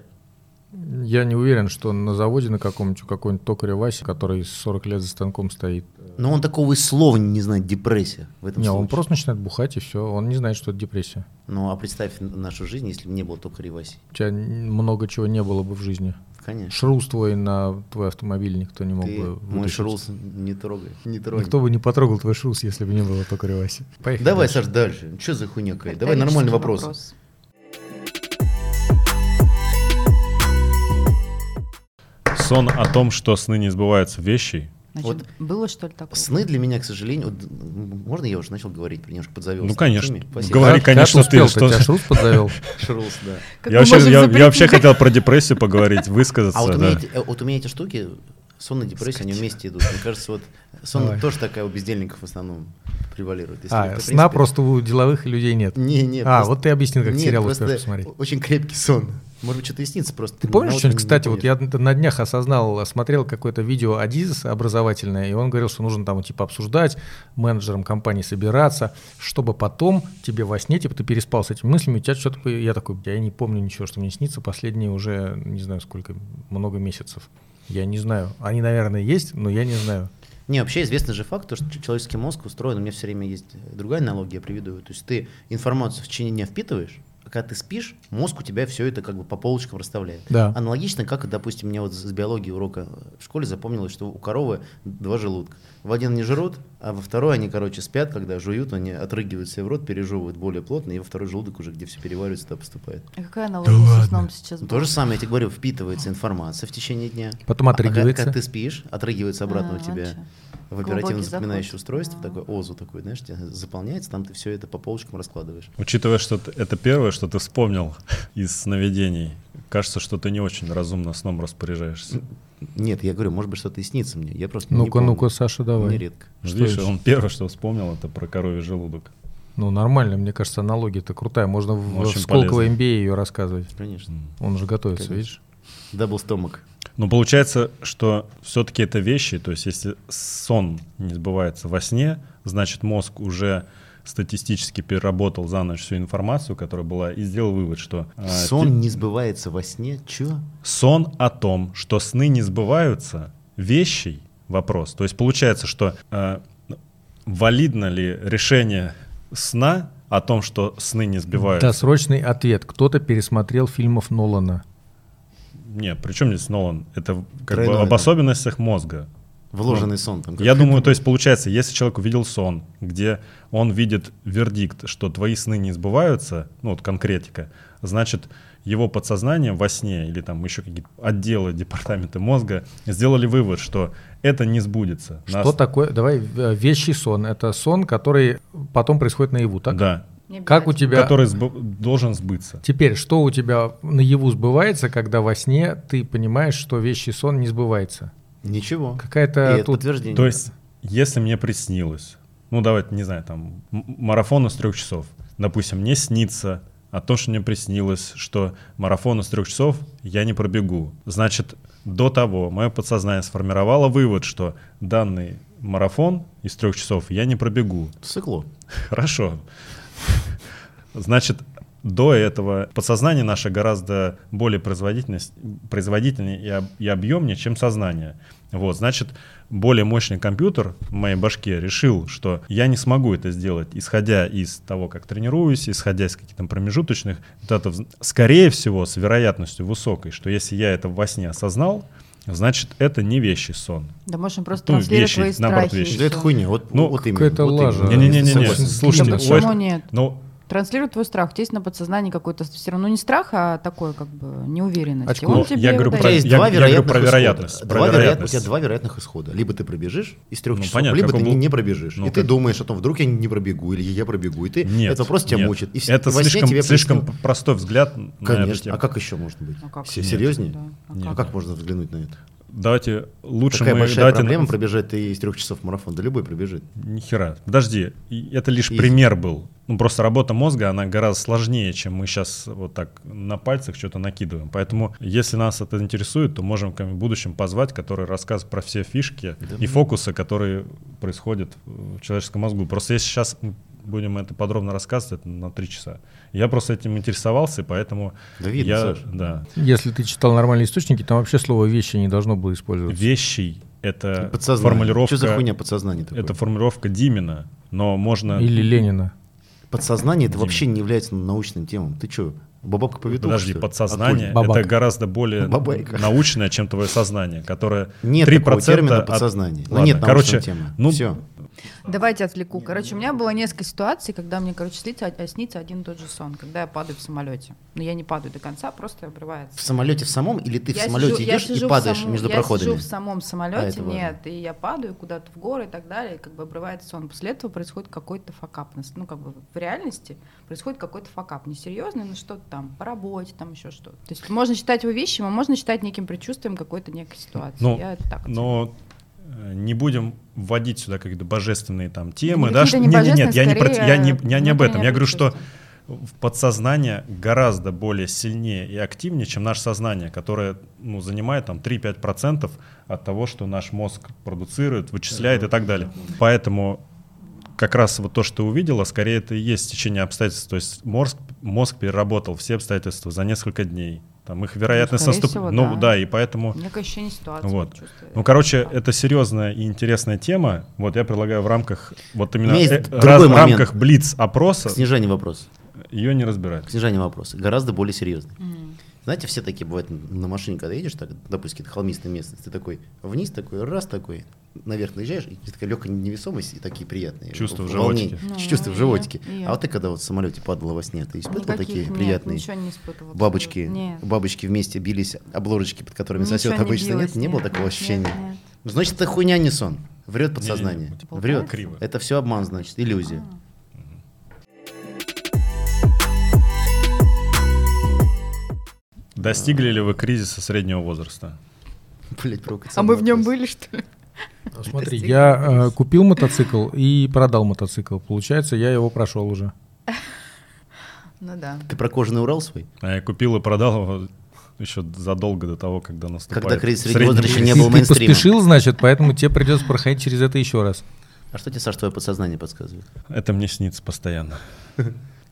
S3: Я не уверен, что на заводе на каком-нибудь, у какого-нибудь токаря Васи, который 40 лет за станком стоит.
S2: Но Ну, он такого и слова не знает, депрессия в этом
S3: Не, он
S2: случае.
S3: просто начинает бухать, и все. Он не знает, что это депрессия.
S2: Ну, а представь н- нашу жизнь, если бы не было только ревасий.
S3: У тебя н- много чего не было бы в жизни.
S2: Конечно.
S3: Шрус твой на твой автомобиль никто не мог
S2: Ты
S3: бы
S2: мой
S3: вытащить.
S2: шрус не трогай. Не трогай.
S3: Никто бы не потрогал твой шрус, если бы не было токаря Васи. Поехали.
S2: Давай,
S3: дальше.
S2: Саш, дальше. Что за хуйня какая? Давай
S1: Риторический
S2: нормальный вопрос.
S4: Сон о том, что сны не сбываются вещи.
S1: Значит,
S2: Вот.
S1: было что ли такое?
S2: Сны для меня, к сожалению, вот, м, можно я уже начал говорить, немножко подзавел.
S4: Ну, конечно.
S2: Спасибо.
S4: Говори,
S3: Как- как
S4: конечно,
S3: успел-то?
S4: ты, что-
S3: Тебя шрус подзавел?
S2: Шрус, да.
S1: Как мы
S4: я, вообще,
S1: можем
S4: я- я
S1: запретить?
S4: вообще хотел про депрессию поговорить, высказаться.
S2: А вот у,
S4: да.
S2: меня эти, э, вот у меня эти штуки, сон и депрессия, они вместе идут. Мне кажется, вот сон
S3: Давай.
S2: тоже такая у бездельников в основном превалирует. Если это,
S3: А,
S2: в
S3: сна
S2: принципе-
S3: просто у деловых людей нет.
S2: Не, не.
S3: А, вот ты объяснил, как
S2: Нет,
S3: сериал
S2: просто
S3: успеешь посмотреть.
S2: Очень крепкий сон. Может быть, что-то и снится просто.
S3: Ты помнишь
S2: на
S3: что-нибудь,
S2: утро не
S3: кстати, вот я
S2: помнишь.
S3: н- на днях осознал, смотрел какое-то видео Адизис образовательное, и он говорил, что нужно там типа обсуждать, менеджером компании собираться, чтобы потом тебе во сне, типа ты переспал с этими мыслями, у тебя что-то, я такой, «Бля, я не помню ничего, что мне снится, последние уже, не знаю сколько, много месяцев. Я не знаю. Они, наверное, есть, но я не знаю.
S2: Не, вообще известный же факт, то, что ч- человеческий мозг устроен, у меня все время есть э, другая аналогия, я приведу. ее. То есть ты информацию в течение дня впитываешь, а когда ты спишь, мозг у тебя все это как бы по полочкам расставляет.
S3: Да.
S2: Аналогично, как, допустим, мне вот с биологии урока э, в школе запомнилось, что у коровы два желудка. В один они жрут, а во второй они, короче, спят, когда жуют, они отрыгивают себе в рот, пережевывают более плотно, и во второй желудок уже, где все переваривается, туда поступает.
S1: А
S2: Ну,
S1: Какая аналогия со сном сейчас
S2: То
S1: была?
S2: же самое, я тебе говорю, впитывается информация в течение дня.
S3: Потом
S2: А когда-
S3: отрыгивается.
S2: Когда ты спишь, отрыгивается обратно
S1: А,
S2: у
S1: вот
S2: тебя
S1: чё.
S2: в
S1: Глубокий
S2: оперативно
S1: заход.
S2: запоминающее устройство,
S1: А.
S2: такое ОЗУ такое, знаешь, тебе заполняется, там ты все это по полочкам раскладываешь.
S4: Учитывая, что ты- это первое, что ты вспомнил из сновидений, кажется, что ты не очень разумно сном распоряжаешься.
S2: Нет, я говорю, может быть, что-то и снится мне. Я просто не
S3: Ну-ка,
S2: помню.
S3: ну-ка, Саша, давай.
S2: Мне редко.
S3: Что
S4: Ну, Видишь,
S3: еще?
S4: он первое, что вспомнил, это про коровий желудок.
S3: Ну, нормально, мне кажется, аналогия-то крутая. Можно в,
S4: Очень
S3: в Сколково
S4: полезно.
S3: MBA ее А рассказывать.
S2: Конечно.
S3: Он уже готовится,
S2: Конечно.
S3: видишь?
S2: Дабл стомак.
S4: Но получается, что все-таки это вещи, то есть если сон не сбывается во сне, значит мозг уже статистически переработал за ночь всю информацию, которая была, и сделал вывод, что а,
S2: Сон не сбывается во сне. Чё?
S4: Сон о том, что сны не сбываются, вещий вопрос. а, То есть получается, что э, валидно ли решение сна о том, что сны не сбивают.
S3: Досрочный ответ. Кто-то пересмотрел фильмов Нолана.
S4: Не, причем здесь Нолан? Это как бы
S2: Тройное,
S4: об
S2: да.
S4: особенностях мозга.
S2: Вложенный сон.
S3: Ну,
S2: Там,
S4: Я думаю, то есть получается, если человек увидел сон, где он видит вердикт, что твои сны не сбываются, ну вот конкретика, значит его подсознание во сне или там еще какие-то отделы, департаменты мозга сделали вывод, что это не сбудется. На
S3: Что
S4: ос-
S3: такое? Давай э, вещий сон. Это сон, который потом происходит наяву, так?
S4: Да,
S1: Не
S3: Как у
S1: обязательно.
S3: тебя?
S4: который сбы- должен сбыться.
S3: Теперь, что у тебя наяву сбывается, когда во сне ты понимаешь, что вещий сон не сбывается?
S2: Ничего.
S3: Какая-то
S2: И
S3: тут...
S2: подтверждение.
S4: То есть, если мне приснилось, ну давайте, не знаю, там м- марафон из трех часов, допустим, мне снится, а то, что мне приснилось, что марафон из трех часов я не пробегу. Значит, до того мое подсознание сформировало вывод, что данный марафон из трех часов я не пробегу.
S2: Сыкло.
S4: Хорошо. Значит, до этого подсознание наше гораздо более производительность- производительнее и, об- и объемнее, чем сознание. Вот, значит, более мощный компьютер в моей башке решил, что я не смогу это сделать, исходя из того, как тренируюсь, исходя из каких-то промежуточных результатов. Скорее всего, с вероятностью высокой, что если я это во сне осознал, значит, это не вещий сон.
S1: Да, можешь им просто
S4: Ну,
S1: транслировать
S4: вещи,
S1: свои
S4: наоборот,
S1: страхи. и
S4: вещи.
S2: Да это
S1: всё.
S2: хуйня. Вот,
S4: Ну,
S2: вот именно.
S3: какая-то
S2: вот
S3: лажа.
S2: именно.
S4: Не-не-не-не,
S2: Я согласен.
S1: Да
S4: слушайте,
S1: почему
S4: вот-
S1: нет?
S4: Ну,
S1: Транслирует твой страх. У тебя есть на подсознании какой-то все равно не страх, а такой как бы неуверенность.
S3: Очко.
S1: И он
S4: Ну,
S1: тебе
S4: я говорю
S2: У
S1: вот
S4: про-
S2: тебя
S1: эти-
S2: есть
S4: я-
S2: два
S4: я говорю
S2: вероятных
S4: про
S2: исхода.
S4: вероятность, про
S2: Два вероятных-
S4: вероятность.
S2: У тебя два вероятных исхода. Либо ты пробежишь из трех
S4: Ну,
S2: часов,
S4: понятно,
S2: либо
S4: как
S2: ты
S4: бы-
S2: не, не пробежишь.
S4: Ну,
S2: и ты
S4: как-
S2: думаешь о том, вдруг я не пробегу, или я пробегу, и ты
S4: Нет,
S2: этот вопрос тебя
S4: нет.
S2: мучит. И, вс-
S4: это
S2: и во сне
S4: слишком,
S2: тебе
S4: слишком
S2: приснилось-
S4: п- простой взгляд на эту
S2: Конечно.
S4: тему.
S2: А как еще может быть?
S1: А как?
S2: Се-
S1: Нет.
S2: Серьезнее?
S1: Да. А
S4: Нет.
S2: А как можно взглянуть на это?
S4: Давайте лучше
S2: Какая
S4: мы...
S2: большая
S4: давайте-
S2: проблема пробежать ты из трех часов марафон? Да любой пробежит.
S4: Нихера. Подожди, и это лишь
S2: Изи.
S4: пример был. Ну, просто работа мозга, она гораздо сложнее, чем мы сейчас вот так на пальцах что-то накидываем. Поэтому, если нас это интересует, то можем в будущем позвать, который расскажет про все фишки и фокусы, которые происходят в человеческом мозгу. Просто если сейчас мы будем это подробно рассказывать, это на три часа. Я просто этим интересовался, и поэтому
S2: Да видно,
S4: я...
S2: Саш.
S4: Да.
S3: Если ты читал нормальные источники, там вообще слово «вещи» не должно было использоваться.
S4: Вещий — это
S2: Подсознание.
S4: Э, формулировка...
S2: Что за хуйня подсознание такое?
S4: Это формулировка Димина, но можно...
S3: Или Ленина.
S2: Подсознание это
S4: Дима.
S2: вообще не является научным темом. Ты что, бабабка поведуха?
S4: Подожди,
S2: что ли?
S4: подсознание
S2: Акуль.
S3: Бабак.
S4: это гораздо более
S2: Бабайка.
S4: научное, чем твое сознание, которое
S2: Нет
S4: 3%
S2: такого термина
S4: от-
S2: подсознание. Ну,
S4: Ладно,
S2: нет научной
S4: короче,
S2: темы.
S4: ну,
S2: Все.
S1: Давайте отвлеку. Короче, у меня было несколько ситуаций, когда мне, короче, снится, а- снится один и тот же сон, когда я падаю в самолете. Но я не падаю до конца, просто обрывается.
S2: В самолете в самом или ты в
S1: Я
S2: самолете
S1: сижу- я
S2: идешь
S1: сижу
S2: и
S1: в
S2: падаешь
S1: самом-
S2: между
S1: Я
S2: проходами?
S1: сижу в самом самолете,
S2: это важно.
S1: нет, и я падаю куда-то в горы и так далее, и как бы обрывается сон. После этого происходит какой-то факап. на с- Ну, как бы в реальности происходит какой-то факап. Несерьезный, но что-то там, по работе, там еще что-то. То есть можно считать его вещим, а можно считать неким предчувствием какой-то некой ситуации.
S4: Ну,
S1: я это так
S4: Но э, не будем вводить сюда какие-то божественные там темы,
S1: оцениваю.
S4: да?
S1: Какие-то
S4: что- Нет, нет, нет, я не,
S1: божественные,
S4: про- я не,
S1: скорее,
S4: я не об этом.
S1: внутреннее
S4: Я говорю, что
S1: предчувствие.
S4: в подсознание гораздо более сильнее и активнее, чем наше сознание, которое ну, занимает там 3-5% от того, что наш мозг продуцирует, вычисляет и так далее. Поэтому как раз вот то, что ты увидела, скорее это и есть течение обстоятельств. То есть мозг, мозг переработал все обстоятельства за несколько дней. Там их вероятность
S1: скорее
S4: наступ-
S1: всего,
S4: Ну
S1: да.
S4: да, и поэтому...
S1: Некое ощущение ситуации.
S4: Вот.
S1: предчувствие.
S4: Ну, короче, это серьезная и интересная тема. Вот я предлагаю в рамках вот именно
S2: Есть
S4: э,
S2: другой
S4: раз- в
S2: момент.
S4: рамках блиц опроса
S2: Снижение вопроса.
S4: ее не разбирать.
S2: Снижение вопроса. Гораздо более серьезный.
S1: Мгм.
S2: Знаете, все такие бывают н- на машине, когда едешь, так, допустим, какие-то холмистые местности, ты такой вниз такой, раз такой, наверх наезжаешь, и такая легкая невесомость, и такие приятные.
S4: Чувство в
S2: волнения,
S4: животике.
S1: Ну,
S2: Чувство в
S1: я-
S2: животике.
S1: я.
S2: А вот ты когда вот в самолете падала во сне, ты испытывал
S1: Никаких
S2: такие
S1: нет,
S2: приятные
S1: ничего не испытывала.
S2: бабочки?
S1: Нет.
S2: Бабочки вместе бились, обложечки, под которыми
S1: Ничего
S2: сосет
S1: не
S2: обычно.
S1: билось,
S2: нет, не
S1: нет,
S2: было такого
S1: нет,
S2: ощущения.
S1: нет, нет.
S2: Ну, Значит, это хуйня не сон. Врет подсознание.
S4: Не-не-не,
S1: типа,
S2: Врет.
S4: криво.
S2: Это все обман, значит, иллюзия.
S4: Достигли ли вы кризиса среднего возраста?
S2: Блять, провокационный
S1: А мы в нем
S2: вопрос.
S1: были, что ли?
S3: Ну, Смотри, я э, купил мотоцикл и продал мотоцикл. Получается, я его прошел уже.
S1: Ну да.
S2: Ты про кожаный Урал свой?
S4: А я купил и продал его еще задолго до того, когда наступает
S2: Когда кризис
S4: средний
S2: среднего возраста еще не
S4: кризис.
S3: Ты-
S2: было
S3: ты
S2: мейнстрима.
S3: поспешил, значит, поэтому тебе придется проходить через это еще раз.
S2: А что тебе, Саш, твое подсознание подсказывает?
S4: Это мне снится постоянно.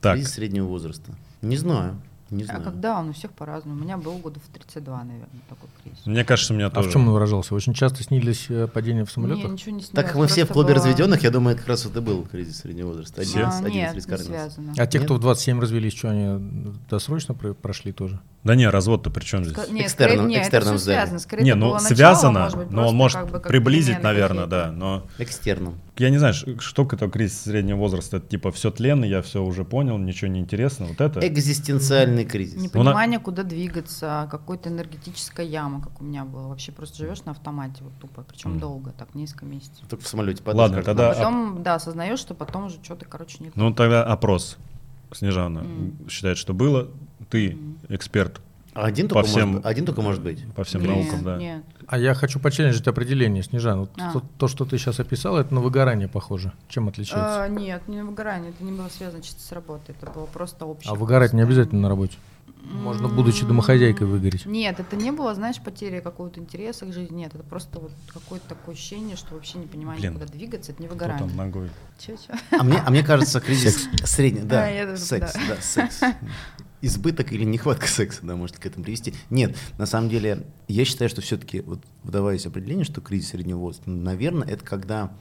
S4: Так,
S2: Кризис среднего возраста. Не знаю. Не
S1: А
S2: знаю.
S1: когда он у всех по-разному. У меня был года в 32, наверное, такой кризис.
S4: Мне кажется, у меня
S3: А
S4: тоже.
S3: в чем он выражался? Очень часто снились э, падения в самолетах?
S1: Мне ничего не снилось.
S2: Так как мы все в
S1: просто
S2: клубе
S1: было-
S2: разведенных, я думаю, это как раз вот и был кризис среднего
S1: А,
S2: возраста. Один, из- один
S1: нет,
S2: из
S1: не
S2: рискарных.
S1: связано.
S3: А те, кто в 27 развелись, что они досрочно про- прошли тоже?
S4: Да не, развод-то при чем здесь?
S1: Ска- нет,
S2: Экстерном-
S1: скорее- нет, это
S2: экстерном
S1: всё
S2: сзади.
S1: связано. Скорее,
S4: Не,
S1: это
S4: ну
S1: было начало,
S4: связано,
S1: может быть,
S4: но он
S1: просто
S4: может
S1: как бы как
S4: приблизить,
S1: перемены
S4: наверное,
S1: какие-то.
S4: да. Но
S2: Экстерном.
S4: я не знаю, ш- что такое кризис среднего возраста. Это типа все тлен, я все уже понял, ничего не интересно. Вот
S2: Э,
S4: это.
S2: Экзистенциальный кризис.
S1: Не
S4: Ну, на-
S1: понимание, куда двигаться, какой-то энергетическая яма, как у меня было. Вообще просто живешь на автомате вот тупо, причем
S4: Мгм.
S1: долго, так несколько месяцев.
S2: Только в самолете падаешь,
S4: Ладно,
S2: как
S4: тогда-
S1: а
S2: надо.
S1: потом, да, осознаешь, что потом уже что-то, короче, не то.
S4: Ну тогда опрос. Снежана
S1: М.
S4: считает, что было. Ты
S1: М.
S4: эксперт
S2: А один
S4: По
S2: только,
S4: всем-
S2: может, один только может быть.
S4: по всем
S1: Нет,
S4: наукам, да.
S1: Нет.
S3: А я хочу почелленджить определение, Снежан. Вот
S1: А.
S3: то, то, что ты сейчас описал, это на выгорание похоже. Чем отличается?
S1: А, нет, не выгорание, это не было связано чисто с работой, это было просто общее.
S3: А выгорать не
S1: состояние.
S3: обязательно на работе. Можно, будучи домохозяйкой, выгореть.
S1: Нет, это не было, знаешь, потери какого-то интереса к жизни. Нет, это просто вот какое-то такое ощущение, что вообще не понимаешь,
S4: Блин.
S1: куда двигаться, это не
S4: Кто там
S1: выгорание.
S4: ногой?
S1: Чё-чё?
S2: А мне, а мне кажется, кризис средний, да,
S1: А, я тоже,
S2: секс,
S1: да.
S2: да, секс. Избыток или нехватка секса, да, может к этому привести. Нет, на самом деле, я считаю, что все-таки, вот выдаваясь определение, что кризис среднего возраста, ну, наверное, это когда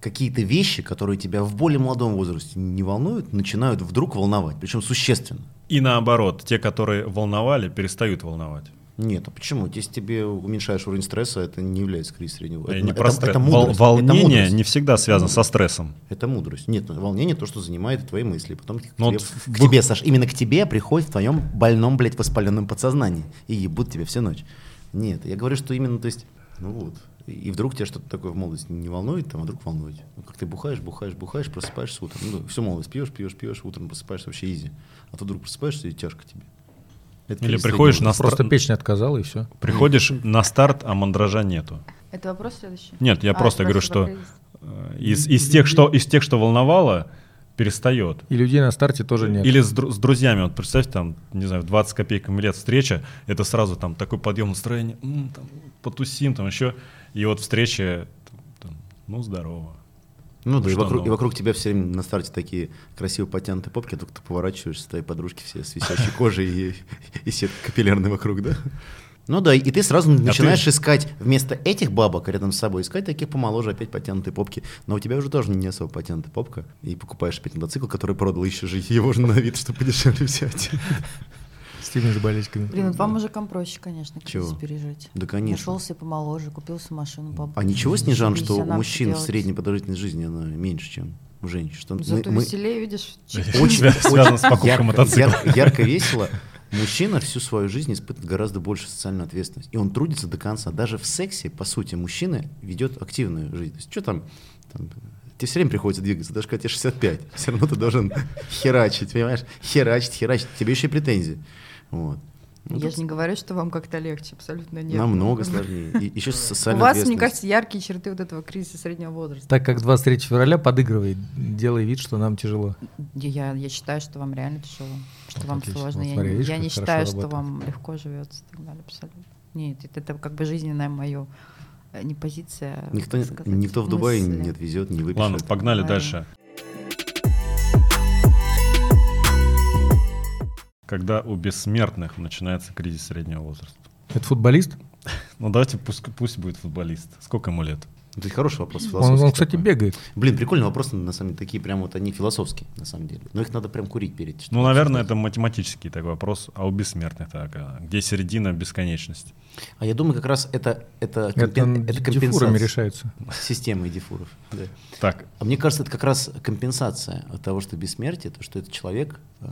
S2: какие-то вещи, которые тебя в более молодом возрасте не волнуют, начинают вдруг волновать, причем существенно.
S4: И наоборот, те, которые волновали, перестают волновать.
S2: Нет, а почему? Вот Если тебе уменьшаешь уровень стресса, это не является кризис среднего
S4: И
S2: возраста.
S4: не просто
S2: это
S4: вол-
S2: мудрость. это
S4: волнение
S2: мудрость.
S4: не всегда связано со стрессом.
S2: Это мудрость. Нет, ну, волнение то, что занимает твои мысли. Потом к,
S4: Ну,
S2: тебе,
S4: вот
S2: к тебе, Саш, именно к тебе приходит в твоем больном, блядь, воспаленном подсознании. И ебут тебя всю ночь. Нет, я говорю, что именно, то есть, ну вот. И вдруг тебя что-то такое в молодости не волнует, там, а вдруг волнует. Ну, как ты бухаешь, бухаешь, бухаешь, просыпаешься утром. Ну, всю молодость пьешь, пьешь, пьешь, утром просыпаешься вообще изи. А то вдруг просыпаешься и тяжко тебе. Это
S4: Или
S2: кризис
S4: приходишь
S2: среднего
S4: на стра-
S3: Просто печень отказала и все.
S4: Приходишь на старт, а мандража нету.
S1: Это вопрос следующий?
S4: Нет, я
S1: А,
S4: просто говорю,
S1: спасибо,
S4: что
S1: кризис.
S4: э, из, из тех, что, из тех, что волновало, перестает.
S3: И людей на старте тоже нет.
S4: Или с, дру- с друзьями, вот представьте, там, не знаю, в 20 копейками лет встреча, это сразу там такой подъем настроения, «М, там, потусим, там еще, и вот встреча, там, ну, здорово.
S2: Ну да, и
S4: Что
S2: вокруг, и
S4: нового?
S2: вокруг тебя все время на старте такие красиво потянутые попки, а тут ты поворачиваешься, твои подружки все с висящей кожей и, и сетка капиллярная вокруг, да? Ну да, и ты
S4: А
S2: сразу начинаешь искать вместо этих бабок рядом с собой, искать таких помоложе, опять потянутые попки. Но у тебя уже тоже не особо потянутая попка. И покупаешь опять мотоцикл, который продал, еще же его же на вид, чтобы подешевле взять.
S3: С теми же болячками.
S1: Блин, вот вам мужикам проще, конечно, кризис
S2: Чего?
S1: пережить.
S2: Да, конечно.
S1: Нашел себе помоложе, купил себе машину
S2: А
S1: побольше.
S2: ничего, Снежан,
S1: Заебись,
S2: что у
S1: а нам
S2: мужчин в
S1: делать? Ну,
S2: средней продолжительности жизни она меньше, чем у женщин? Что мы-
S1: Зато
S2: мы-
S1: веселее, видишь, чем
S4: Свя- связано с покупкой
S2: ярко,
S4: мотоцикла.
S2: ярко- ярко, весело. Мужчина всю свою жизнь испытывает гораздо больше социальную ответственность. И он трудится до конца. Даже в сексе, по сути, мужчина ведет активную жизнь. То есть, что там, там, тебе все время приходится двигаться, даже когда тебе 65. Все равно ты должен херачить, понимаешь? Херачить, херачить. Тебе еще и претензии. Вот. Ну,
S1: Я
S2: тут
S1: же не говорю, что вам как-то легче, абсолютно нет.
S2: намного сложнее. И еще
S1: У
S2: социальная
S1: вас, мне
S2: ответственность.
S1: кажется, яркие черты вот этого кризиса среднего возраста.
S3: Так как 23 февраля подыгрывает, делай вид, что нам тяжело.
S1: Я, я считаю, что вам реально тяжело, что
S3: Вот
S1: вам
S3: отлично.
S1: сложно.
S3: Вот
S1: я
S3: смотри,
S1: не,
S3: видишь,
S1: я
S3: как
S1: не
S3: хорошо
S1: считаю, что
S3: работает.
S1: вам легко живется и так далее, абсолютно. Нет, это, это как бы жизненная моя не позиция. как
S2: Никто, не-
S1: сказать,
S2: никто в Дубае
S1: мысли.
S2: не отвезет, не выпишет.
S4: Ладно, погнали
S1: Ладно.
S4: дальше. Когда у бессмертных начинается кризис среднего возраста?
S3: Это футболист?
S4: Ну давайте пусть, пусть будет футболист. Сколько ему лет?
S2: Это хороший вопрос.
S3: Он, он,
S2: философский
S3: кстати,
S2: такой.
S3: бегает.
S2: Блин, прикольные вопросы, на самом деле, такие прям вот они философские, на самом деле. Но их надо прям курить перед.
S4: Ну, наверное, это математический такой вопрос, а у бесмертных так, а, где середина бесконечности?
S2: А я думаю, как раз это, это,
S3: Это,
S2: компен-
S3: д-
S2: это
S3: дифурами
S2: компенсация
S3: решается.
S2: системы дифуров. да.
S4: Так,
S2: А мне кажется, это как раз компенсация от того, что бессмертие, то, что этот человек э,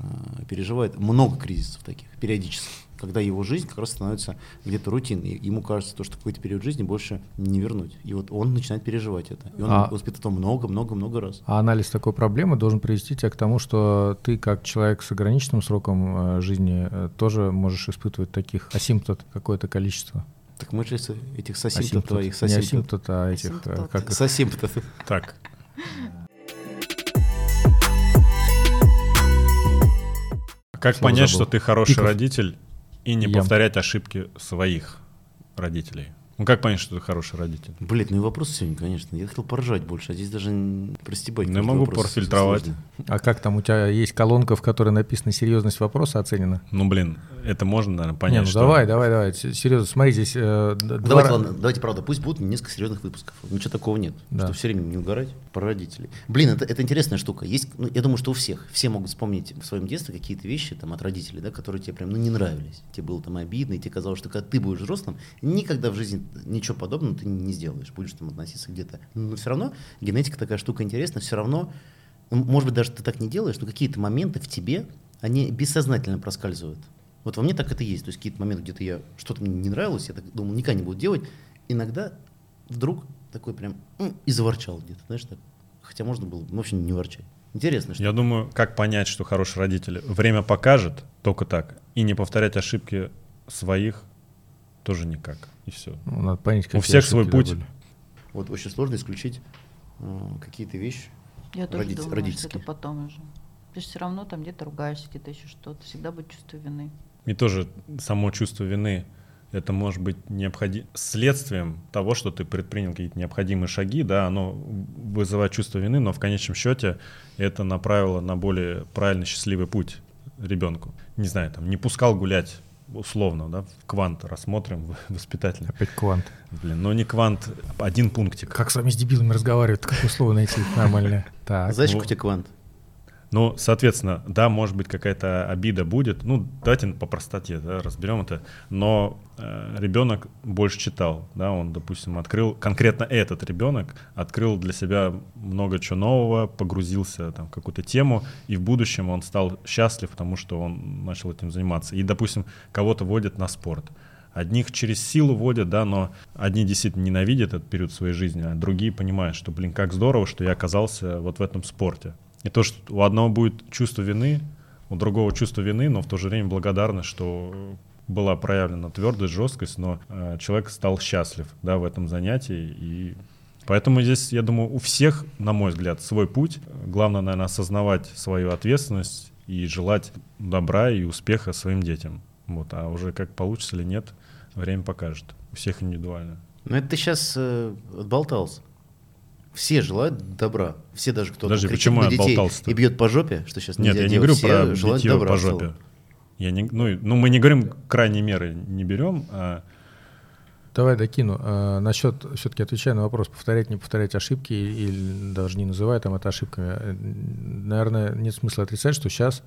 S2: переживает много кризисов таких, периодически, когда его жизнь как раз становится где-то рутинной. и Ему кажется, то, что какой-то период жизни больше не вернуть. И вот он начинает переживать это. И он,
S3: А-
S2: он испытывает это много-много-много раз.
S3: А анализ такой проблемы должен привести тебя к тому, что ты, как человек с ограниченным сроком э, жизни, э, тоже можешь испытывать таких асимптот какое-то количество.
S2: Так мы же с- этих сосимптов
S3: Асимптот.
S2: твоих,
S3: Не
S2: сосимптов.
S3: асимптот, а этих... э,
S1: Асимптот.
S3: Как их?
S2: Сосимптов.
S4: так. Как
S3: Слово
S4: понять,
S3: забыл.
S4: что ты хороший
S3: Пиков.
S4: родитель и не
S3: Ям.
S4: повторять ошибки своих родителей? Ну как понять, что ты хороший родитель?
S2: Блин, ну и вопрос сегодня, конечно. Я хотел поржать больше, а здесь даже н- простебать.
S4: Ну, я
S2: каждый
S4: могу
S2: вопрос
S4: профильтровать.
S2: сложно.
S3: А как там у тебя есть колонка, в которой написана серьезность вопроса оценена?
S4: Ну блин, это можно, наверное, понять.
S3: Не, ну
S4: что-
S3: давай, давай, давай. С- Серьезно, смотри, здесь... э, д-
S2: Ну,
S3: два
S2: Давайте,
S3: ра-
S2: ладно, давайте, правда, пусть будут несколько серьезных выпусков. Ничего такого нет.
S3: Да.
S2: Чтобы все время не угорать про родителей. Блин, это, это интересная штука. Есть, ну, я думаю, что у всех. Все могут вспомнить в своем детстве какие-то вещи там, от родителей, да, которые тебе прям ну, не нравились. Тебе было там обидно, и тебе казалось, что когда ты будешь взрослым, никогда в жизни ничего подобного ты не сделаешь. Будешь там относиться где-то. Но все равно генетика такая штука интересная. Все равно, ну, может быть, даже ты так не делаешь, но какие-то моменты в тебе, они бессознательно проскальзывают. Вот во мне так это есть. То есть какие-то моменты, где-то я что-то мне не нравилось, я так думал, никогда не буду делать. Иногда вдруг такой прям «М», и заворчал где-то, знаешь, так. Хотя можно было, ну, в общем, не ворчать. Интересно, что
S4: Я думаю, как понять, что хороший родитель? Время покажет, только так. И не повторять ошибки своих тоже никак. И все.
S3: Ну, надо понять,
S4: У
S3: какие
S4: всех свой
S3: ошибки, да,
S4: путь.
S3: были.
S2: вот очень сложно исключить э, какие-то вещи.
S1: Я тоже
S2: Родитель-
S1: думаю, что
S2: родительский.
S1: это потом уже. Ты же все равно там где-то ругаешься, где-то еще что-то. Всегда будет чувство вины.
S4: И тоже само чувство вины, это может быть необходи... следствием того, что ты предпринял какие-то необходимые шаги, да, оно вызывает чувство вины, но в конечном счете это направило на более правильный, счастливый путь ребенку. Не знаю, там, не пускал гулять условно, да, в квант рассмотрим в- воспитательно.
S3: Опять квант.
S4: Блин, ну не квант, один пунктик.
S3: Как с вами с дебилами разговаривают, какое слово найти нормальное? Так.
S2: Знаешь,
S4: ну-
S2: как у тебя квант?
S4: Ну, соответственно, да, может быть, какая-то обида будет. Ну, давайте по простоте да, разберем это. Но э, ребенок больше читал, да, он, допустим, открыл, конкретно этот ребенок открыл для себя много чего нового, погрузился там, в какую-то тему, и в будущем он стал счастлив, потому что он начал этим заниматься. И, допустим, кого-то водят на спорт. Одних через силу водят, да, но одни действительно ненавидят этот период своей жизни, а другие понимают, что, блин, как здорово, что я оказался вот в этом спорте. И то, что у одного будет чувство вины, у другого чувство вины, но в то же время благодарность, что была проявлена твердость, жесткость, но э, человек стал счастлив, да, в этом занятии. И поэтому здесь, я думаю, у всех, на мой взгляд, свой путь. Главное, наверное, осознавать свою ответственность и желать добра и успеха своим детям. Вот, а уже как получится или нет, время покажет. У всех индивидуально.
S2: Ну, это ты сейчас отболтался. Все желают добра. Все даже, кто
S4: Подожди,
S2: там кричит
S4: почему
S2: на
S4: я
S2: детей
S4: отболтался-то?
S2: и бьет по жопе, что сейчас
S4: Нет,
S2: нельзя
S4: я не
S2: делать,
S4: говорю
S2: все
S4: про
S2: желают
S4: битье
S2: добра
S4: по
S2: в целом.
S4: жопе. Я не, ну, и- ну, мы не говорим крайние меры, не берем, а
S3: Давай докину. А, насчет, все-таки отвечая на вопрос, повторять, не повторять ошибки, или даже не называя там это ошибками. Э, Наверное, нет смысла отрицать, что сейчас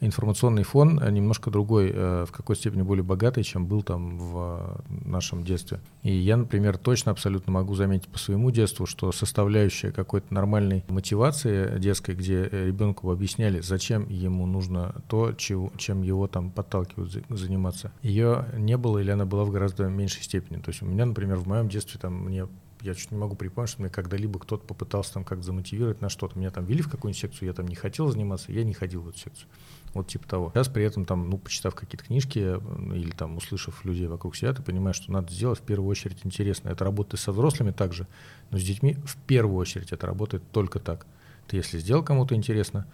S3: информационный фон э, немножко другой, э, в какой степени более богатый, чем был там в э, нашем детстве. И я, например, точно абсолютно могу заметить по своему детству, что составляющая какой-то нормальной мотивации детской, где э, ребенку объясняли, зачем ему нужно то, чего- чем его там подталкивают за- заниматься, ее не было или она была в гораздо меньшей степени. То есть у меня, например, в моем детстве там мне я чуть не могу припомнить, что мне когда-либо кто-то попытался там как-то замотивировать на что-то. Меня там вели в какую-нибудь секцию, я там не хотел заниматься, я не ходил в эту секцию. Вот типа того. Сейчас при этом, там, ну, почитав какие-то книжки э, или там услышав людей вокруг себя, ты понимаешь, что надо сделать в первую очередь интересно. Это работает со взрослыми также, но с детьми в первую очередь это работает только так. Ты если сделал кому-то интересно,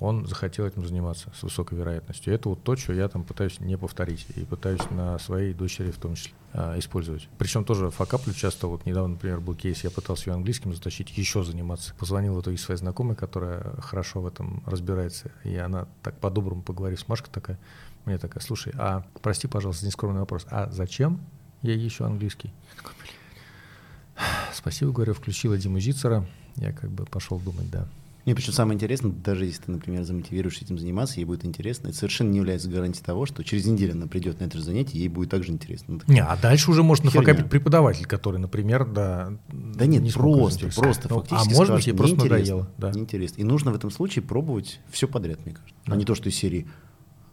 S3: он захотел этим заниматься с высокой вероятностью. И Это вот то, что я там пытаюсь не повторить и пытаюсь на своей дочери в том числе а, использовать. Причем тоже факаплю часто. Вот недавно, например, был кейс, я пытался ее английским затащить, еще заниматься. Позвонил в итоге своей знакомой, которая хорошо в этом разбирается, и она так по-доброму поговорив с Машкой такая, мне такая, слушай, а прости, пожалуйста, за нескромный вопрос, а зачем ей еще английский? Я такой, «Блин». Спасибо, говорю, включила Диму Зицера. Я как бы пошел думать, да.
S2: Мне причем самое интересное, даже если ты, например, замотивируешь этим заниматься, ей будет интересно, это совершенно не является гарантией того, что через неделю она придет на это же занятие, ей будет также интересно. Ну, так-
S3: Не, а дальше уже может
S2: Херня.
S3: нафакапить преподаватель, который, например, да...
S2: Да нет, просто, просто
S3: Ну,
S2: фактически
S3: А может
S2: скажут,
S3: быть, ей
S2: «Мне
S3: просто
S2: интересно,
S3: надоело. Да.
S2: Неинтересно. И нужно в этом случае пробовать все подряд, мне кажется. А не то, что из серии...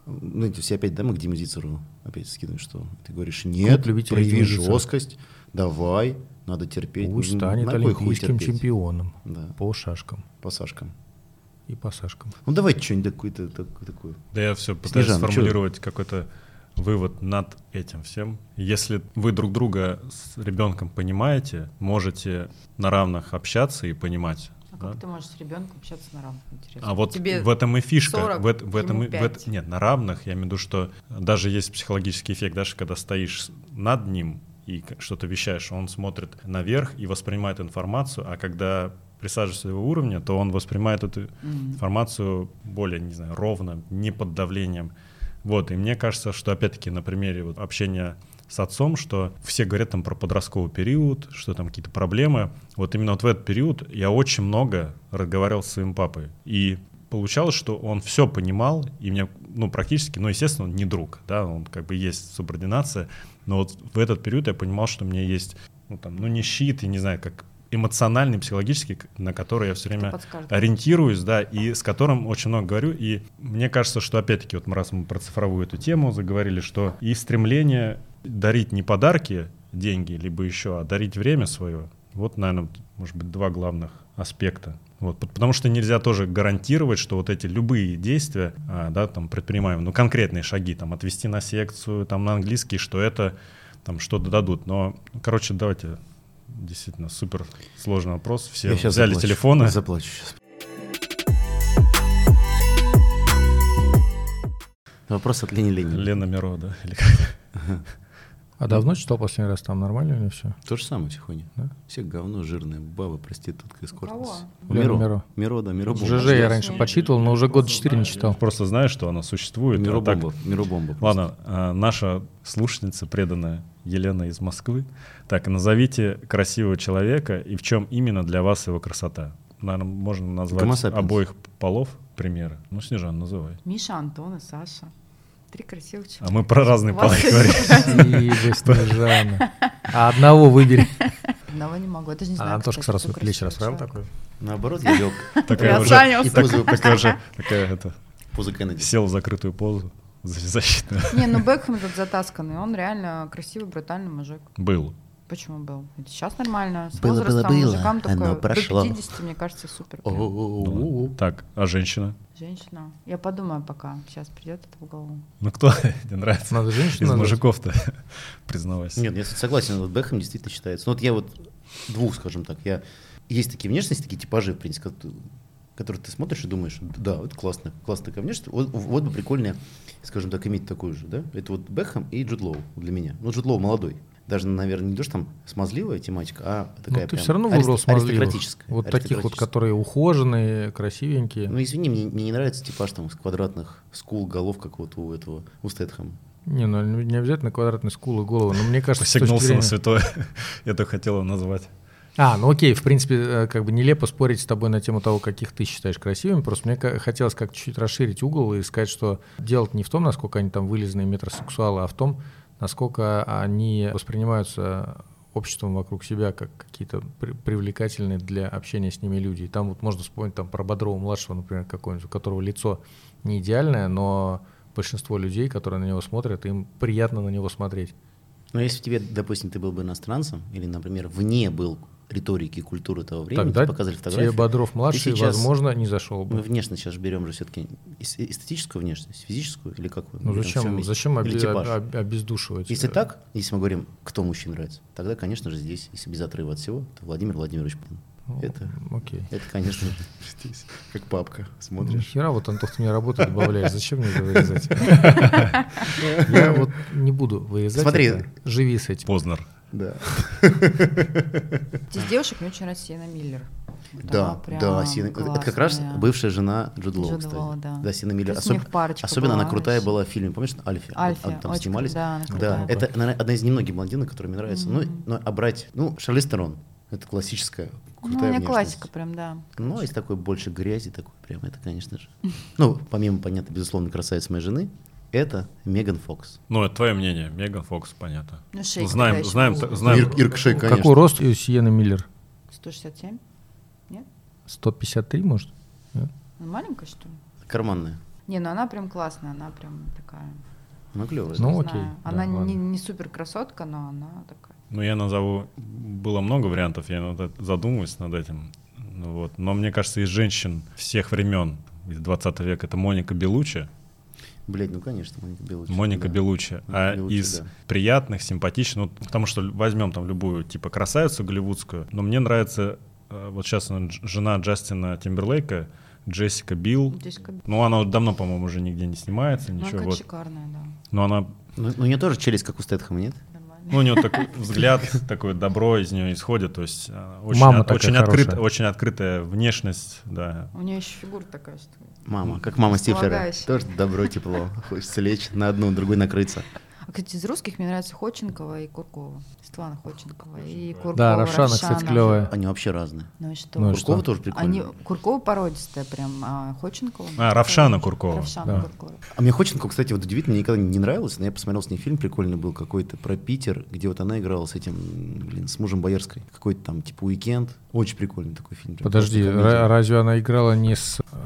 S2: Ну, эти все опять, да, мы к Диме Зицеру опять скидываем, что ты говоришь, нет,
S3: любителей
S2: прояви
S3: Димы Зицера».
S2: жесткость, давай, надо терпеть.
S3: Пусть
S2: Ну,
S3: станет
S2: на кой хуй
S3: олимпийским
S2: терпеть?
S3: чемпионом
S2: Да,
S3: по шашкам
S2: по Сашкам.
S3: и по сашкам.
S2: Ну, давайте что-нибудь такое-то, такое- такое.
S4: Да я все пытаюсь
S2: Снежана,
S4: сформулировать какой-то вывод над этим всем. Если вы друг друга с ребенком понимаете, можете на равных общаться и понимать.
S1: А
S4: да?
S1: как ты можешь с ребенком общаться на равных? Интересно.
S4: А вот
S1: Тебе
S4: в этом и фишка.
S1: 40,
S4: в, эт- в этом
S1: ему
S4: и, в эт-
S1: 5.
S4: нет, на равных, я имею в виду, что даже есть психологический эффект, даже когда стоишь с- над ним, и к- что-то вещаешь, он смотрит наверх и воспринимает информацию, а когда присаживаешься его уровня, то он воспринимает эту
S1: Мгм.
S4: информацию более, не знаю, ровно, не под давлением. Вот, и мне кажется, что опять-таки на примере вот общения с отцом, что все говорят там про подростковый период, что там какие-то проблемы. Вот именно вот в этот период я очень много разговаривал с своим папой. И получалось, что он все понимал, и мне, ну, практически, ну, естественно, он не друг, да, он как бы есть субординация, но вот в этот период я понимал, что мне есть, ну, там, ну, не щит, я не знаю, как эмоциональный, психологический, к- на который я все время
S1: подскажет.
S4: ориентируюсь, да, и с которым очень много говорю. И мне кажется, что опять-таки, вот раз мы про цифровую эту тему заговорили, что и стремление дарить не подарки, деньги, либо еще, а дарить время свое. Вот, наверное, может быть, два главных аспекта. Вот, пот- потому что нельзя тоже гарантировать, что вот эти любые действия, а, да, там, предпринимаемые, ну, конкретные шаги, там, отвести на секцию, там, на английский, что это, там, что-то дадут. Но, ну, короче, давайте, действительно, супер сложный вопрос. Все
S2: Я щас
S4: взяли
S2: заплачу.
S4: телефоны.
S2: Заплачу сейчас. Вопрос от Лени Ленина.
S4: Лена Миро, да? Или
S3: А давно читал последний раз? Там нормально у него все?
S2: То же самое, тихоня.
S3: Да?
S2: Все говно, жирная баба, проститутка, эскортница.
S3: Кого? Лена
S2: Миро.
S3: Миро.
S2: Миро, да, Миро
S3: В
S2: Бомба.
S3: ЖЖ я раньше почитывал, но уже год четыре не читал.
S4: Просто знаешь, что она существует. а
S2: Миро
S4: так-
S2: Бомба. Миро Бомба. просто.
S4: Ладно, а, наша слушательница преданная Елена из Москвы. Так, назовите красивого человека и в чем именно для вас его красота. Наверное, можно
S2: Homo
S4: назвать
S2: sapiens.
S4: обоих полов примеры. Ну, Снежан, называй.
S1: Миша, Антон и Саша. Три красивых человека.
S4: А мы про разные
S1: У вас
S4: полы
S1: есть
S4: говорим.
S3: Ибо, Снежана. А одного выбери.
S1: Одного не могу. Я даже не знаю.
S3: А Антошка
S1: кстати,
S3: сразу
S1: кто
S3: вот плечи
S1: красивый
S3: расправил
S1: человек.
S3: такой.
S2: Наоборот, лег.
S4: Такая
S1: Я
S4: уже,
S1: занялся.
S2: И позу,
S4: такая уже, такая это,
S2: позу Кеннеди.
S4: сел в закрытую позу за- защитную.
S1: Не, ну Бекхэм этот затасканный, он реально красивый, брутальный мужик.
S4: Был.
S1: Почему был? Это сейчас нормально. С
S2: Было, было,
S1: возрастом
S2: было,
S1: мужикам такое
S2: оно прошло.
S1: до 50, мне кажется, супер. прям.
S2: О-о-о-о.
S4: Так, а женщина?
S1: Женщина. Я подумаю пока. Сейчас придет это в голову.
S4: Ну кто тебе нравится?
S3: Надо женщину
S4: Из
S3: назвать.
S4: мужиков-то, признавайся.
S2: Нет, я согласен, вот Бэхэм действительно считается. Ну, вот я вот двух, скажем так, я есть такие внешности, такие типажи, в принципе, кот- которые ты смотришь и думаешь, да, вот классно, классная такая внешность, вот, вот бы прикольно, скажем так, иметь такую же, да? Это вот Бэхэм и Джуд Лоу для меня. Ну, Джуд Лоу молодой. Даже, наверное, не то, что там смазливая тематика, а
S3: Ну,
S2: такая
S3: ты
S2: прям
S3: все равно выбрал
S2: арист-
S3: смазливых.
S2: аристократическая.
S3: Вот таких вот,
S2: аристократическая.
S3: которые ухоженные, красивенькие.
S2: Ну, извини, мне, мне не нравится типаж там с квадратных скул, голов, как вот у этого, у Стэтхэма.
S3: Не, ну не обязательно квадратный скулы голову, но мне кажется, с точки
S4: Посягнулся на
S3: зрения-
S4: святое. Я только хотел его назвать.
S3: А, ну окей, в принципе, э, как бы нелепо спорить с тобой на тему того, каких ты считаешь красивыми. Просто мне ка- хотелось как чуть-чуть расширить угол и сказать, что дело не в том, насколько они там вылезные метросексуалы, а в том, насколько они воспринимаются обществом вокруг себя как какие-то при- привлекательные для общения с ними люди. И там вот можно вспомнить там про Бодрова младшего, например, какого-нибудь, у которого лицо не идеальное, но большинство людей, которые на него смотрят, им приятно на него смотреть.
S2: Но если тебе, допустим, ты был бы иностранцем, или, например, вне был риторики и культуры того времени,
S3: Тогда
S2: тебе показали
S3: тебе
S2: фотографии.
S3: Бодров младший,
S2: сейчас- Ну,
S3: возможно, не зашел бы.
S2: Мы внешность сейчас же берем же все-таки эстетическую внешность, физическую или какую?
S3: Ну
S2: Мы берем всё
S3: зачем,
S2: вместе.
S3: зачем
S2: Или
S3: обе-
S2: типаж.
S3: об- обездушивать?
S2: Если
S3: э,
S2: так, если мы говорим, кто мужчине нравится, тогда, конечно же, здесь, если без отрыва от всего, то Владимир Владимирович Путин.
S3: ну,
S2: Это,
S3: Окей.
S2: это, конечно же, здесь, как папка,
S3: Ну,
S2: смотришь.
S3: хера, вот Антох, ты мне работу добавляешь. Зачем мне это вырезать? Я вот не буду вырезать.
S2: Смотри.
S3: это. Живи с этим.
S4: Познер.
S2: Да,
S1: Из девушек мне очень нравится Сина Миллер. Вот она
S2: да,
S1: прям
S2: да. Сина- это как раз
S1: классная.
S2: бывшая жена Джуд Лоу,
S1: Джуд
S2: кстати.
S1: Лоу, да.
S2: Сина Миллер.
S1: То есть у них
S2: Особ-
S1: парочка
S2: Особенно она
S1: Типа была
S2: крутая
S1: вообще.
S2: была в фильме, помнишь, «Альфе»?
S1: Альфе,
S2: Они Там
S1: очень
S2: снимались.
S1: крутая, она
S2: Да,
S1: крутая. Ну,
S2: это наверное, одна из немногих блондинок, которые мне нравятся. Ну,
S1: Мгм.
S2: ну, а брать, ну, Шарлиз Терон, это классическая, крутая
S1: Ну, у меня
S2: внешность.
S1: классика прям, да.
S2: Ну, а из такой больше грязи, такой прям, это, конечно же. Ну, помимо, понятно, безусловно, красавицы моей жены, это Меган Фокс.
S4: Ну, это твое мнение. Меган Фокс, понятно.
S1: Ну, шейк тогда
S4: Знаем,
S1: ещё
S4: знаем,
S1: был.
S4: та- знаем.
S2: Ирк- Иркшей, конечно.
S3: Какой рост у Сиены Миллер?
S1: 167?
S3: 153, может? Нет?
S1: Она Ну, маленькая, что ли?
S2: Карманная.
S1: Не, ну она прям классная, она прям такая,
S2: Ну, клевая.
S3: Ну,
S1: не
S3: окей,
S1: знаю.
S3: да,
S1: Она
S3: ладно.
S1: не, не супер красотка, но она такая.
S4: Ну, я назову... Было много вариантов, я над эт- задумываюсь над этим. Ну, Вот. Но мне кажется, из женщин всех времен из 20 века это Моника Белучи.
S2: Блять, ну, конечно, Моника Белучи.
S4: Моника
S2: да.
S4: Белучи. А
S2: Белуччи,
S4: из
S2: да.
S4: приятных, симпатичных, ну, потому что л- возьмем там любую, типа, красавицу голливудскую, но мне нравится, э, вот сейчас она дж- жена Джастина Тимберлейка, Джессика Билл.
S1: Здесь как...
S4: Ну, она вот давно, по-моему, уже нигде не снимается,
S1: Ну, она
S4: ничего.
S1: как
S4: вот.
S1: шикарная, да.
S4: Но она
S2: Ну, ну, у нее тоже челюсть, как у Стэтхэма, нет?
S1: Нормально.
S4: Ну, у него такой взгляд, такое добро из нее исходит. То есть э, очень,
S3: Мама
S4: от-
S3: такая
S4: очень, открыт,
S3: хорошая.
S4: очень открытая внешность, да.
S1: У нее еще фигура такая, что...
S2: Мама, как мама Стифлера.
S1: Располагающая.
S2: Тоже добро, тепло. Хочется лечь на одну, на другую накрыться.
S1: А, кстати, из русских мне нравится Ходченкова и Куркова. Светлана Ходченкова и Куркова.
S3: Да, Рошана, кстати, клевая.
S2: Они вообще разные.
S1: Ну и что?
S3: Ну и что?
S2: Куркова тоже
S1: Они,
S2: прикольно.
S1: Куркова породистая прям, а Ходченкова...
S4: А, Равшана Куркова.
S1: Равшана
S3: Да.
S1: Куркова.
S2: А мне Ходченко, кстати, вот удивительно, мне никогда не нравилось, но я посмотрел с ней фильм прикольный был какой-то про Питер, где вот она играла с этим, блин, с мужем Боярской. Какой-то там, типа, уикенд. Очень прикольный такой фильм. Прям
S3: Подожди,
S2: просто
S3: ра-
S2: комедия.
S3: разве она играла не с э,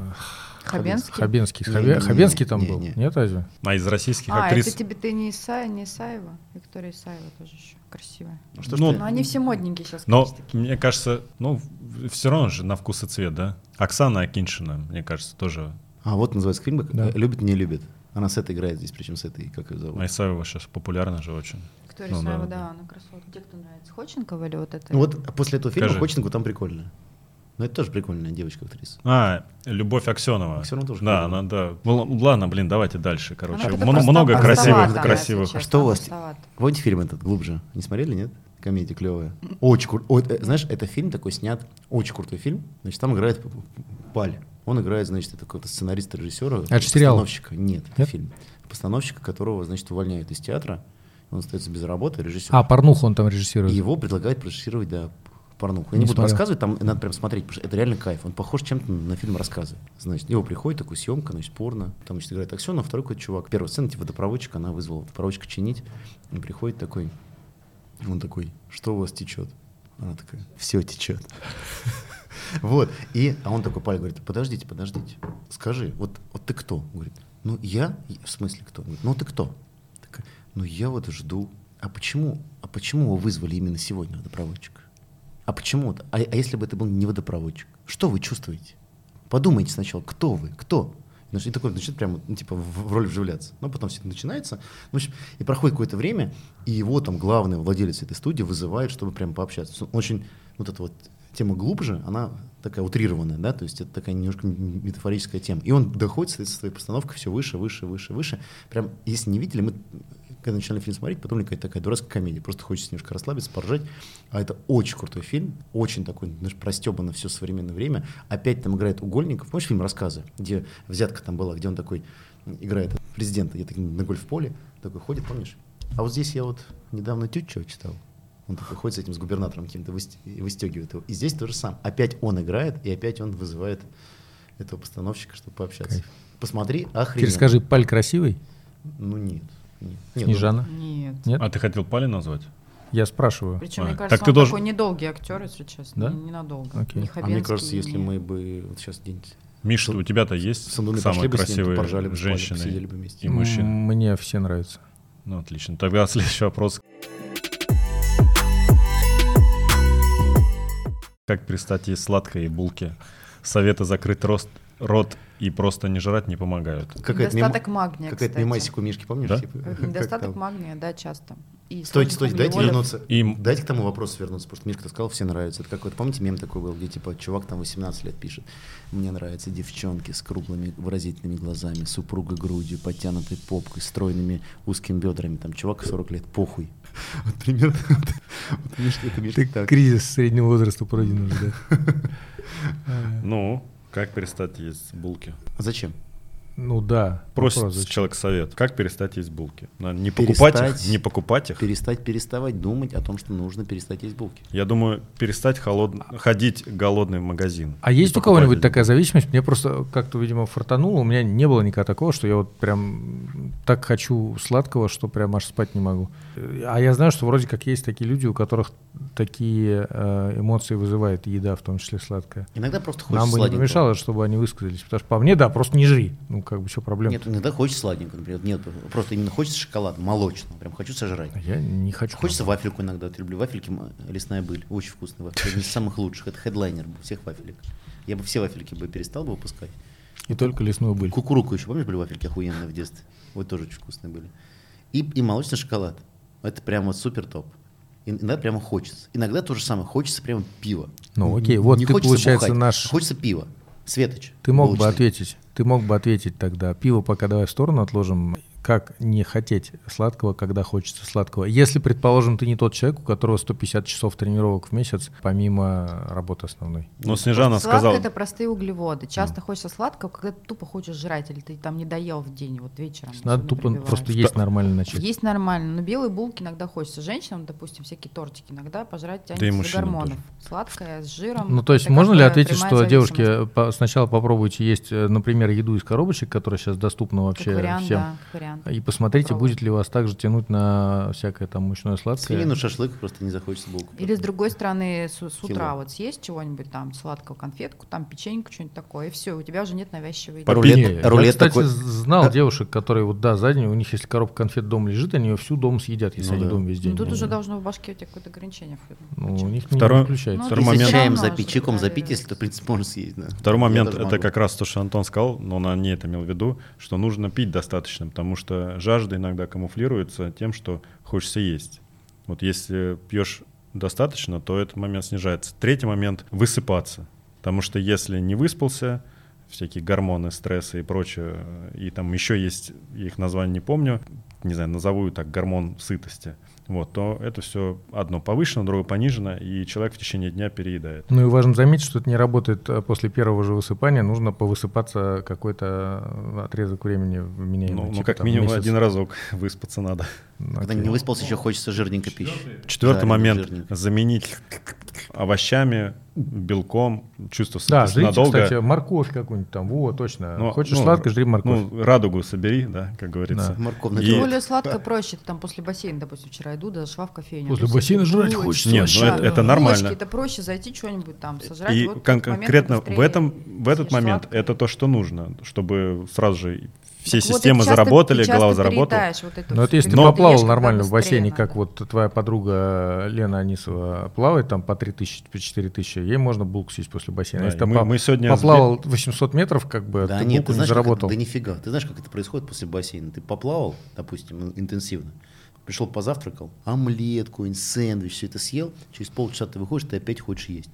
S1: Хабенский?
S3: Хабенский?
S2: Не,
S3: Хабе-
S2: не,
S3: Хабенский там
S2: не,
S3: был?
S2: не.
S3: Нет, разве?
S4: А из российских
S1: А,
S4: актрис...
S1: это тебе ты не Исаева, не Исаева? Виктория Исаева тоже еще красивая.
S2: Ну, что ж
S4: Ну,
S2: ты-
S1: Но они все модненькие сейчас,
S4: Но
S1: конечно, такие.
S4: мне кажется, ну, все равно же на вкус и цвет, да? Оксана Акиншина, мне кажется, тоже.
S2: А, вот называется фильм, как
S3: Да.
S2: «Любит, не любит». Она с этой играет здесь, причем с этой, как ее зовут.
S4: Айсаева сейчас популярна же очень.
S1: Виктория
S4: Ну,
S1: Исаева,
S4: да.
S1: да, она красотка. Те, кто нравится, Ходченкова или вот это?
S2: Ну вот после этого фильма
S4: Скажи.
S2: Ходченко там прикольно. Но это тоже прикольная девочка-актриса.
S4: А, Любовь Аксенова.
S2: Аксенова тоже
S4: Да,
S2: клевая.
S4: она, да. Ну, л- Ладно, блин, давайте дальше,
S1: Она
S4: короче.
S1: как-то
S4: Мно-
S1: просто
S4: много красивых,
S1: простовата,
S4: красивых.
S1: если
S2: А что у вас-
S1: честно, простовата.
S2: Помните фильм этот глубже? Не смотрели, нет? Комедия клевая. Очень кру- Ой, э, Знаешь, это фильм такой снят, очень крутой фильм. Значит, там играет П- П- Паль. Он играет, значит, это какой-то сценарист, режиссера.
S3: А Это же сериал?
S2: Постановщика. Нет, это
S3: Нет?
S2: фильм. Постановщика, которого, значит, увольняют из театра. Он остается без работы, режиссер.
S3: А, порнуху он там
S2: И
S3: режиссирует.
S2: его предлагают прожиссировать, да, порнуху. Я не,
S3: Не
S2: буду
S3: смотрел.
S2: рассказывать, там надо прям смотреть, потому что это реально кайф. Он похож чем-то на фильм рассказы. Значит, его приходит такой съемка, значит, порно. Там, значит, играет Аксенов, второй какой-то чувак. Первая сцена, типа, водопроводчик, она вызвала водопроводчика чинить. Он приходит такой, он такой, что у вас течет? Она такая, все течет. Вот. И, а он такой, Паль говорит, подождите, подождите. Скажи, вот, вот ты кто? Он говорит, ну я, в смысле кто? Он говорит, ну ты кто? Такая, ну я вот жду. А почему, а почему вы вызвали именно сегодня водопроводчика? А почему? А, а если бы это был не водопроводчик? Что вы чувствуете? Подумайте сначала, кто вы, кто? Значит, И такой начинает прямо, ну, типа, в в роль вживляться. Но потом все это начинается. Ну, В общем, и проходит какое-то время, и его там главный владелец этой студии вызывает, чтобы прям пообщаться. Он Очень вот эта вот тема глубже, она такая утрированная, да, то есть это такая немножко м- метафорическая тема. И он доходит соответственно, со своей постановкой все выше, выше, выше, выше. Прям, если не видели, мы когда начинали фильм смотреть, подумали, какая-то такая дурацкая комедия. Просто хочется немножко расслабиться, поржать. А это очень крутой фильм, очень такой, знаешь, простебанно все современное время. Опять там играет Угольников. Помнишь фильм «Рассказы», где взятка там была, где он такой м, играет президента, я так на гольф-поле, такой ходит, помнишь? А вот здесь я вот недавно Тютчева читал. Он такой ходит с этим, с губернатором каким-то, выст- и выстегивает его. И здесь то же самое. Опять он играет, и опять он вызывает этого постановщика, чтобы пообщаться.
S3: Кайф.
S2: Посмотри,
S3: Теперь
S2: охренеть.
S3: скажи, Паль красивый?
S2: Ну нет. нет. Нет, ну,
S3: Снежана?
S1: Нет.
S3: Нет?
S4: А ты хотел Пали назвать?
S3: Я спрашиваю.
S1: Причем,
S4: А,
S1: мне
S4: так
S1: кажется,
S4: ты
S1: он
S4: должен-
S1: такой недолгий актер, если честно,
S3: Да?
S1: не- ненадолго.
S3: Окей.
S1: Не
S3: А
S2: А мне
S1: Хабенский,
S2: кажется,
S1: не-
S2: если мы бы вот сейчас где-нибудь
S4: Миш,
S2: Су-
S4: у тебя-то есть
S2: в Сандуны пошли
S4: самые
S2: бы с ним, то
S4: красивые
S2: поржали бы, спали бы,
S4: женщины?
S2: посидели бы вместе.
S4: И мужчины.
S3: М, Мне все нравятся.
S4: Ну, отлично. Тогда следующий вопрос. Как перестать есть сладкое и булки? Советы закрыть рост, рот и просто не жрать не помогают.
S2: Какая-то мимо-
S1: Недостаток магния,
S2: Какая-то
S1: кстати. Э,
S2: мемасику Мишки, помнишь?
S4: Да?
S2: типа, как
S1: Недостаток
S2: там?
S1: магния, да, часто. И сложных
S2: Стойте, стойте, дайте
S1: углеводов.
S2: вернуться.
S4: Им-
S2: Дайте к тому вопросу вернуться, потому что Мишка сказал, все нравится. Это какой-то, помните, мем такой был, где типа чувак там 18 лет пишет. Мне нравятся девчонки с круглыми выразительными глазами, супруга грудью, подтянутой попкой, стройными узкими бедрами. Там чувак 40 лет, похуй. Вот примерно. вот- вот Мишка, это Мишка так.
S3: Кризис среднего возраста пройден уже, да.
S4: Ну, как перестать есть булки?
S2: А Зачем?
S3: Ну да.
S4: Просит
S3: вопрос зачем.
S4: человек совет. Как перестать есть булки? Надо не покупать
S2: Перестать.
S4: их, не покупать их.
S2: Перестать переставать думать о том, что нужно перестать есть булки.
S4: Я думаю, перестать холод... ходить голодный в магазин.
S3: А
S4: Не
S3: есть у
S4: покупать
S3: кого-нибудь
S4: эти-
S3: такая зависимость? Мне просто как-то, видимо, фартануло. У меня не было никогда такого, что я вот прям так хочу сладкого, что прям аж спать не могу. Э, А я знаю, что вроде как есть такие люди, у которых такие э, эмоции вызывает еда, в том числе сладкая.
S2: Иногда просто хочется
S3: Нам бы не
S2: сладенького.
S3: помешало, чтобы они высказались. Потому что по мне, да, просто не жри. Ну, как бы, что проблема?
S2: Нет, иногда хочется сладенького, например. Нет, просто именно хочется шоколада, молочного. Прям хочу сожрать.
S3: Я не хочу.
S2: Хочется вафельку иногда. Вот люблю вафельки. м, Лесная быль. Очень вкусный вафель. Один из самых лучших. Это хедлайнер был всех вафелек. Я бы все вафельки бы перестал бы выпускать.
S3: И только лесную быль.
S2: Кукуруку еще, помнишь, были вафельки охуенные в детстве? Вот тоже очень вкусные были. И, и молочный шоколад. Это прям вот супер топ. И- Иногда прямо хочется. Иногда то же самое. Хочется прямо пива.
S3: Ну, окей, вот ты,
S2: хочется
S3: получается,
S2: бухать,
S3: наш-
S2: а Хочется пива. Светоч.
S3: Ты мог бы
S2: Булочный.
S3: ответить. Ты мог бы ответить тогда. Пиво пока давай в сторону отложим. как не хотеть сладкого, когда хочется сладкого. Если, предположим, ты не тот человек, у которого 150 часов тренировок в месяц, помимо работы основной.
S4: Но Снежана
S1: Сладкое
S4: сказала...
S1: это простые углеводы. Часто хочется сладкого, когда ты тупо хочешь жрать, или ты там не доел в день, вот вечером.
S3: Надо
S1: особенно
S3: тупо
S1: прибиваешь.
S3: просто есть нормально начать.
S1: Есть нормально, но белые булки иногда хочется. Женщинам, допустим, всякие тортики иногда пожрать тянет
S4: и
S1: из-за
S4: мужчинам
S1: гормонов. Сладкое, с жиром.
S3: Ну, то есть,
S1: это
S3: можно
S1: как
S3: ли
S1: бы
S3: ответить,
S1: прямая
S3: что
S1: зависимость.
S3: девушки э, по- сначала попробуйте есть, э, например, еду из коробочек, которая сейчас доступна
S1: Как
S3: вообще
S1: вариант,
S3: всем, А
S1: да, как вариант.
S3: и посмотрите,
S1: Попробуй.
S3: будет ли вас также тянуть на всякое там мучное сладкое.
S2: Свинину шашлык просто не захочется булку.
S1: Или с другой стороны, с, с утра
S2: Кило.
S1: вот съесть чего-нибудь там, сладкого, конфетку, там печеньку, что-нибудь такое, и все, у тебя уже нет навязчивой идеи.
S2: Пару
S3: Не,
S2: лет-
S3: я,
S2: рулет
S3: кстати,
S2: такой-
S3: знал девушек, которые вот, да, за день, у них если коробка конфет дома лежит, они ее всю дом съедят, если
S2: Ну
S3: они
S2: да.
S3: дома весь
S1: Ну,
S3: день.
S1: тут
S3: Ну,
S1: уже должно в башке у тебя какое-то ограничение.
S3: ну, у них
S4: Второе-
S3: не включается.
S1: Ну,
S4: Второй
S2: Если
S4: момент.
S2: типа чаем
S1: Всё равно
S2: запить,
S1: же,
S2: чайком
S1: наверное.
S2: запить, если то, в принципе, можно съесть. Да.
S4: Второй
S2: Я
S4: момент,
S2: тоже
S4: это
S2: могу.
S4: как раз то, что Антон сказал, но он не это имел в виду, что нужно пить достаточно, потому что жажда иногда камуфлируется тем, что хочется есть. Вот если пьешь достаточно, то этот момент снижается. Третий момент — высыпаться. Потому что если не выспался, всякие гормоны, стрессы и прочее, и там еще есть, я их название не помню, не знаю, назову так, гормон сытости, вот, то это все одно повышено, другое понижено, и человек в течение дня переедает.
S3: Ну и важно заметить, что это не работает э, после первого же высыпания, нужно повысыпаться какой-то э, отрезок времени вменяемый.
S4: Ну, ну,
S3: типа,
S4: как
S3: там,
S4: минимум
S3: месяц.
S4: один разок выспаться надо.
S3: Ну,
S2: Когда
S3: окей.
S2: не выспался, еще хочется жирненькой пищи.
S4: Четвертый
S2: Жареный,
S4: момент.
S2: жирненький.
S4: Заменить овощами, белком, чувство
S3: Да,
S4: сытости
S3: жрите,
S4: надолго.
S3: кстати, морковь какую-нибудь там, во, точно.
S4: Ну,
S3: Хочешь
S4: ну,
S3: сладкое, жри морковь.
S4: Ну, радугу собери, да, как говорится.
S3: Да.
S2: Морковный
S4: И-
S1: Тем
S2: пирог.
S1: более сладко проще. Ты там после бассейна, допустим, вчера иду, зашла в кофейню.
S3: После
S1: Тут
S3: бассейна
S1: всякие
S3: жрать
S1: булочки,
S3: хочется
S4: Нет,
S3: вообще.
S4: ну это- это
S1: булочки,
S4: нормально.
S1: Это проще зайти что-нибудь там сожрать.
S4: И
S1: вот
S4: кон-
S1: этот момент
S4: конкретно в
S1: быстрее
S4: этом, в этот
S1: съешь
S4: момент
S1: сладкое.
S4: это то, что нужно, чтобы сразу же все
S1: Так вот, и
S4: системы
S1: часто-
S4: заработали,
S1: и часто
S4: голова заработала.
S1: переедаешь вот это
S3: Ну,
S1: всё.
S3: это если ты
S1: Когда ешь,
S3: поплавал
S1: когда
S3: нормально в
S1: быстрее
S3: бассейне,
S1: надо.
S3: как вот твоя подруга Лена Анисова плавает там по 3000, по 4000, ей можно булку съесть после бассейна.
S4: Да,
S3: если
S4: и
S3: ты
S4: мы-
S3: по-
S4: мы сегодня
S3: поплавал 800 метров, как бы,
S2: Да
S3: ты
S2: нет,
S3: булку
S2: ты
S3: не
S2: знаешь, как это-
S3: заработал.
S2: да нифига. Ты знаешь, как это происходит после бассейна? Ты поплавал, допустим, интенсивно, пришел позавтракал, омлет какой-нибудь, сэндвич, все это съел, через полчаса ты выходишь, ты опять хочешь есть.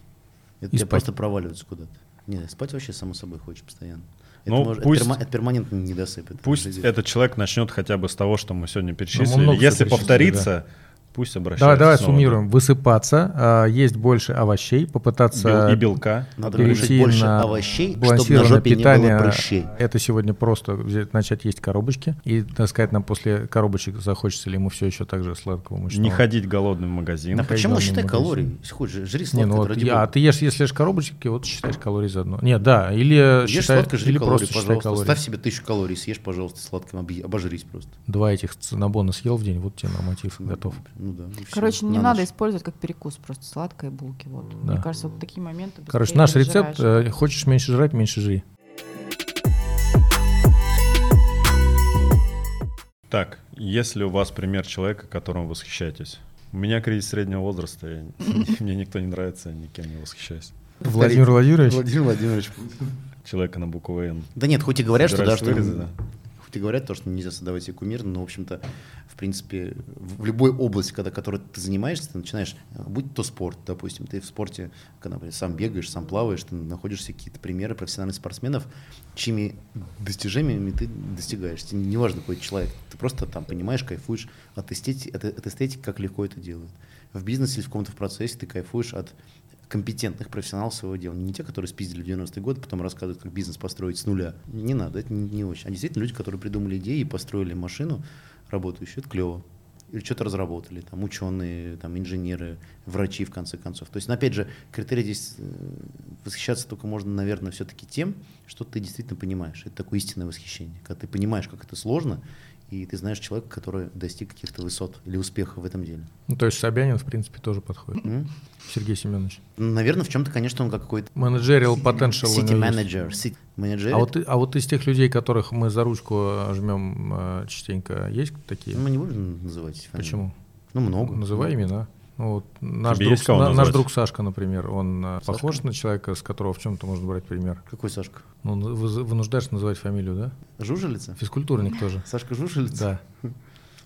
S2: Это
S3: И
S2: тебя
S3: спать.
S2: просто проваливается куда-то. Не, спать вообще само собой хочешь постоянно. Это,
S4: Ну,
S2: может- это
S4: пусть-
S2: перма- это перманентно недосып. это
S4: Пусть
S2: жизнь.
S4: этот человек начнет хотя бы с того, что мы сегодня перечислили.
S3: Ну, много всего
S4: Если
S3: перечислили,
S4: повторится, пусть обращается.
S3: Давай, давай
S4: снова.
S3: суммируем. Высыпаться, а, есть больше овощей, попытаться
S4: Бел- И белка.
S2: Надо кушать
S3: перейти
S2: больше
S3: на
S2: овощей, чтобы на
S3: балансированное
S2: жопе не
S3: питание.
S2: было прыщей.
S3: Это сегодня просто взять- начать есть коробочки и, так сказать, нам после коробочек захочется ли ему все еще так же сладкого мучного.
S4: Не ходить голодным в магазин.
S2: Да
S3: Находить
S2: А почему
S3: главный
S2: считай
S3: магазин.
S2: калории? Если хочешь, жри
S3: Не,
S2: сладкое,
S3: ну
S2: это
S3: вот
S2: ради
S3: я- а
S2: бога.
S3: ты ешь, если ешь коробочки, вот считаешь калории заодно. Нет, да, или
S2: Ешь
S3: считай-
S2: сладкое, жри
S3: или
S2: калории,
S3: просто считай
S2: пожалуйста.
S3: калории.
S2: Ставь себе тысячу калорий, съешь, пожалуйста, сладким, объ- обожрись просто.
S3: Два этих цинабона съел в день, вот тебе норматив готов.
S2: Ну да. и всё,
S1: Короче, не
S2: на
S1: надо
S2: ночь.
S1: использовать как перекус, просто сладкое булки. Вот.
S3: Да.
S1: Мне кажется, вот такие моменты.
S3: Короче,
S1: быстрее
S3: наш рецепт:
S1: разжираешь.
S3: э, хочешь меньше жрать, меньше жри.
S4: Так, есть ли у вас пример человека, которым восхищаетесь? У меня кризис среднего возраста, я- мне никто не нравится, я никем не восхищаюсь.
S3: Владимир Владимирович,
S2: Владимир Владимирович.
S4: Человека на букву «Н».
S2: Да нет, хоть и говорят, что да,
S4: Собираешься
S2: что
S4: вырезать, да?
S2: хоть и говорят то, что нельзя создавать себе кумир, но, в общем-то, в принципе, в в любой области, когда, которой ты занимаешься, ты начинаешь, э, будь то спорт, допустим, ты в спорте, когда например, сам бегаешь, сам плаваешь, ты находишь себе какие-то примеры профессиональных спортсменов, чьими достижениями ты достигаешь. Тебе не важно, какой человек, ты просто там понимаешь, кайфуешь от эстетики, от, от эстетики как легко это делают. В бизнесе или в каком-то процессе ты кайфуешь от компетентных профессионалов своего дела. Не те, которые спиздили в 90-е годы, потом рассказывают, как бизнес построить с нуля. Не надо, это не, не очень. А действительно люди, которые придумали идеи и построили машину работающую, это клево. Или что-то разработали, там ученые, там инженеры, врачи в конце концов. То есть, ну, опять же, критерий здесь э, восхищаться только можно, наверное, все-таки тем, что ты действительно понимаешь. Это такое истинное восхищение, когда ты понимаешь, как это сложно, и ты знаешь человека, который достиг каких-то высот или успеха в этом деле.
S3: ну то есть Собянин, в принципе, тоже подходит.
S2: М?
S3: Сергей Семенович.
S2: Наверное, в чем-то, конечно, он какой-то
S3: Managerial potential. у
S2: City
S3: него есть.
S2: менеджер, city менеджер.
S3: А вот, и- а вот из тех людей, которых мы за ручку э, жмем э, частенько, есть такие?
S2: Ну, мы не будем называть эти фамилии.
S3: Почему?
S2: Ну, много.
S3: Называй имена. Ну, вот наш,
S4: Тебе
S3: друг,
S4: есть кого
S3: на- наш
S4: назвать?
S3: друг Сашка, например, он э, похож на человека, с которого в чем-то можно брать пример.
S2: Какой Сашка?
S3: Ну, он вы- вынуждаешь называть фамилию, да?
S2: Жужелица?
S3: Физкультурник тоже.
S2: Сашка Жужелица?
S3: Да.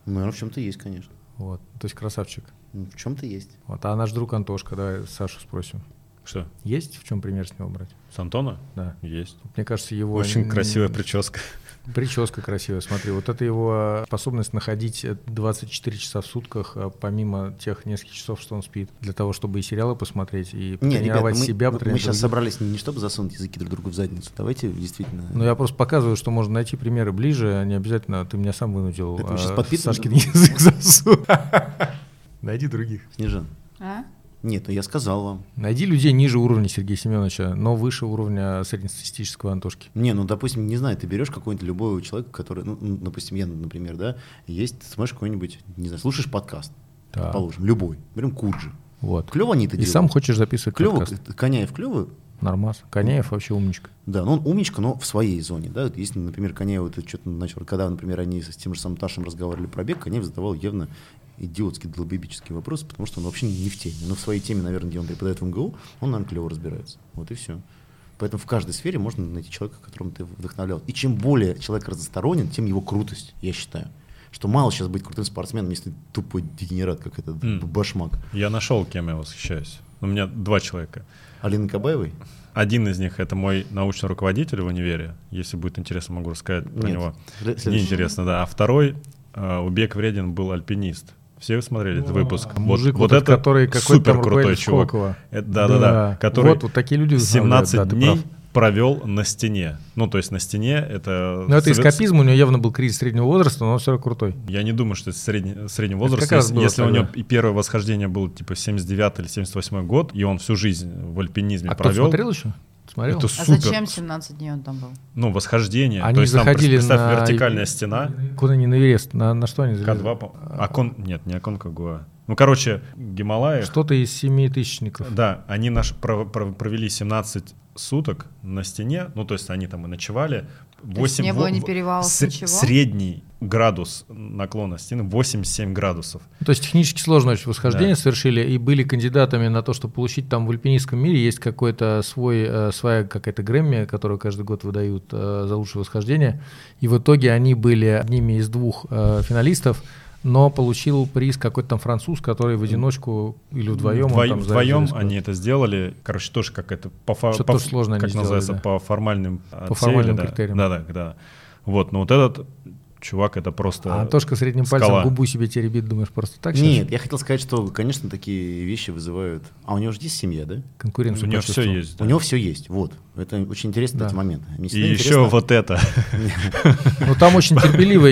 S2: Ну, наверное, в чем-то есть, конечно.
S3: Вот. То есть красавчик.
S2: Ну, В чем-то есть.
S3: Вот. А наш друг Антошка, давай Сашу спросим.
S4: Что?
S3: Есть в чем пример с него брать?
S4: С Антона?
S3: Да.
S4: Есть.
S3: Мне кажется, его...
S4: Очень
S3: н-
S4: красивая прическа.
S3: Прическа красивая, смотри. Вот это его способность находить 24 часа в сутках, э, помимо тех нескольких часов, что он спит, для того, чтобы и сериалы посмотреть, и
S2: Не, ребята,
S3: тренировать
S2: мы,
S3: себя.
S2: мы
S3: потренировать
S2: сейчас
S3: других.
S2: собрались не, не чтобы засунуть языки друг другу в задницу. Давайте действительно.
S3: Ну, я просто показываю, что можно найти примеры ближе, а не обязательно, ты меня сам вынудил.
S2: Это мы сейчас
S3: э,
S2: подпитываем
S3: Сашкин
S2: друг друга?
S3: язык засунуть. Найди других.
S2: Снежан.
S3: э,
S1: А?
S2: Нет, ну я сказал вам.
S3: Найди людей ниже уровня Сергея Семеновича, но выше уровня среднестатистического Антошки.
S2: Не, ну, допустим, не знаю, ты берешь какого-нибудь любого человека, который, ну, ну, допустим, я, например, да, есть, ты смотришь какой-нибудь, не знаю, слушаешь подкаст,
S3: Да.
S2: положим, любой, берем Куджи.
S3: Вот.
S2: Клево они это
S3: И
S2: делают.
S3: сам хочешь записывать
S2: Клево,
S3: подкаст.
S2: Коняев клевый,
S3: Нормас. Коняев вообще умничка.
S2: да, но он умничка, но в своей зоне, да, Вот если, например, Коняев вот это что-то начал, когда, например, они с тем же самым Ташем разговаривали про бег, Коняев задавал явно идиотский, долбебический вопрос, потому что он вообще не в теме, но в своей теме, наверное, где он преподает в МГУ, он, наверное, клево разбирается, вот и все. Поэтому в каждой сфере можно найти человека, которым ты вдохновлял. И чем более человек разносторонен, тем его крутость, я считаю. Что мало сейчас быть крутым спортсменом, если ты тупой дегенерат, как этот
S4: М.
S2: башмак.
S4: Я нашел, кем я восхищаюсь. У меня два человека.
S2: Алина Кабаевой?
S4: Один из них это мой научный руководитель в универе. Если будет интересно, могу рассказать про
S2: Нет.
S4: него.
S2: След-
S4: Мне
S2: следующий.
S4: интересно, да. А второй э, Убек Вредин был альпинист. Все вы смотрели этот выпуск.
S3: А мужик, вот, этот, который какой-то
S4: супер
S3: там
S4: крутой
S3: руководитель
S4: чувак.
S3: Сколково.
S4: Это- да, да, да. Э, Который
S3: вот, вот такие люди вдохновляют,
S4: 17
S3: да, ты
S4: дней
S3: прав.
S4: провел на стене. Ну, то есть на стене это...
S3: Но Ну, это
S4: сове-
S3: эскапизм, у него явно был кризис среднего возраста, но он все равно крутой.
S4: Я не думаю, что это средний, средний
S3: как
S4: возраст.
S3: раз
S4: Если,
S3: было
S4: если у него
S3: тогда.
S4: и первое восхождение было типа 79 или 78 год, и он всю жизнь в альпинизме
S3: А кто
S4: провел.
S3: смотрел еще? Смотрел?
S4: Это
S1: А
S4: супер.
S1: зачем 17 дней он там был?
S4: Ну, восхождение.
S3: Они
S4: то есть
S3: заходили
S4: там, представь,
S3: на-
S4: вертикальная стена.
S3: Куда не на Эверест, на, на что они залезли? А,
S4: К2, по- а Акон... Нет, не Аконка Гуа. Ну, короче, Гималаи.
S3: Что-то из семи тысячников.
S4: Да, они наш пров- пров- провели 17 суток на стене, ну то есть они там и ночевали.
S1: есть не было ни перевалов,
S4: сре-
S1: ничего?
S4: Средний градус наклона стены 8-7 градусов.
S3: Ну, То есть технически сложное очень восхождение
S4: Да.
S3: совершили и были кандидатами на то, чтобы получить там в альпинистском мире есть какой-то свой, э, своя какая-то Грэмми, которую каждый год выдают э, за лучшее восхождение. И в итоге они были одними из двух э, финалистов, но получил приз какой-то там француз, который в одиночку или вдвоем... он
S4: Вдвоем-
S3: там
S4: вдвоем
S3: залез
S4: они это сделали. Короче, тоже как это по, фа-
S3: Что-то
S4: по-
S3: тоже сложно они
S4: как
S3: сделали,
S4: называется,
S3: да.
S4: по формальным отсеяли,
S3: формальным
S4: да.
S3: критериям.
S4: Да, да, да. Вот, но вот этот чувак это просто.
S3: А Антошка средним
S4: э, скала.
S3: пальцем губу себе теребит, думаешь, просто так сейчас?
S2: Нет, я хотел сказать, что, конечно, такие вещи вызывают. А у него же есть семья, да?
S4: Ну, у
S3: Конкуренцию
S4: него все
S3: почувствовал.
S4: есть. да.
S2: У него все есть. Вот. Это очень интересный
S3: Да.
S2: эти моменты. Мне
S4: И
S2: всегда
S4: еще
S2: интересно-
S4: вот это.
S3: Ну там очень терпеливая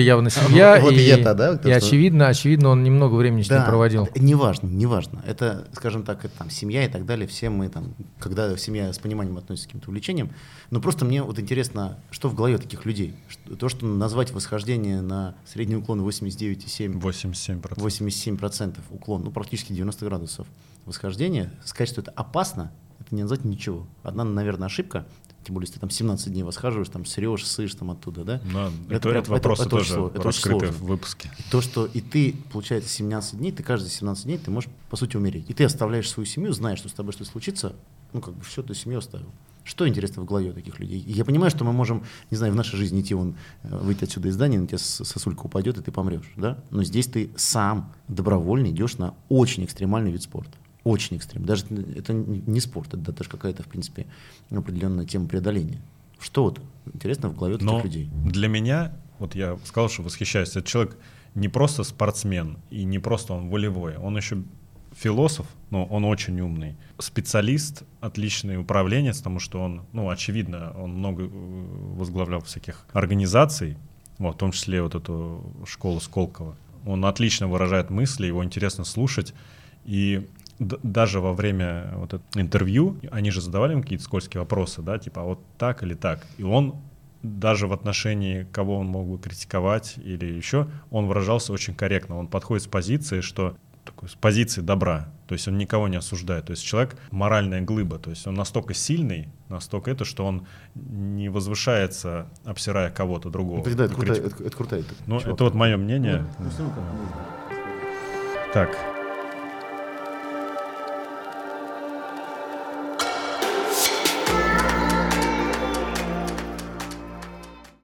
S3: явно семья,
S2: Вот- вот
S3: и,
S2: и это, да,
S3: и
S2: то, что-
S3: очевидно, очевидно, он немного времени с ним
S2: Да,
S3: проводил.
S2: это Неважно, неважно. Это, скажем так, это там семья и так далее. Все мы там, когда семья с пониманием относится к каким-то увлечениям. Но просто мне вот интересно, что в голове у таких людей. Что- то, что назвать восхождение на средний уклон 89,7
S4: 87%.
S2: 87% уклон, ну практически 90 градусов восхождения, сказать, что это опасно, это не назвать ничего. Одна, наверное, ошибка, тем более, если ты там 17 дней восхаживаешь, там срешь, сышь там оттуда, да?
S4: Да,
S2: Это
S4: это,
S2: прям-
S4: это вопросы
S2: это- это очень
S4: тоже
S2: сложно, это очень
S4: раскрыты
S2: сложно.
S4: в выпуске.
S2: И то, что и ты, получается, 17 дней, ты каждые 17 дней, ты можешь, по сути, умереть. И ты оставляешь свою семью, знаешь, что с тобой что случится, ну, как бы все, ты семью оставил. Что интересно в голове у таких людей? И я понимаю, что мы можем, не знаю, в нашей жизни идти вон, э, выйти отсюда из здания, на тебя с- сосулька упадет, и ты помрешь, да? Но здесь ты сам добровольно идешь на очень экстремальный вид спорта. Очень экстремальный. Даже н- это н- не спорт, это даже какая-то, в принципе, определенная тема преодоления. Что вот интересно в голове у таких
S4: Но
S2: людей?
S4: для меня, вот я сказал, что восхищаюсь, этот человек не просто спортсмен и не просто он волевой, он еще философ, но он очень умный, специалист, отличный управленец, потому что он, ну, очевидно, он много э, возглавлял всяких организаций, вот, в том числе вот эту школу Сколково. Он отлично выражает мысли, его интересно слушать, и д- даже во время вот этого интервью они же задавали ему какие-то скользкие вопросы, да, типа, а вот так или так. И он даже в отношении, кого он мог бы критиковать или еще, он выражался очень корректно. Он подходит с позиции, что такой, с позиции добра. То есть он никого не осуждает. То есть человек моральная глыба. То есть он настолько сильный, настолько это, что он не возвышается, обсирая кого-то другого.
S2: Это, да, это
S4: Ну,
S2: крутая,
S4: критик-
S2: это- это крутая-
S4: Ну,
S2: чувак.
S4: это вот мое мнение.
S2: Ну, ну, всё, ну, как можно.
S4: Так.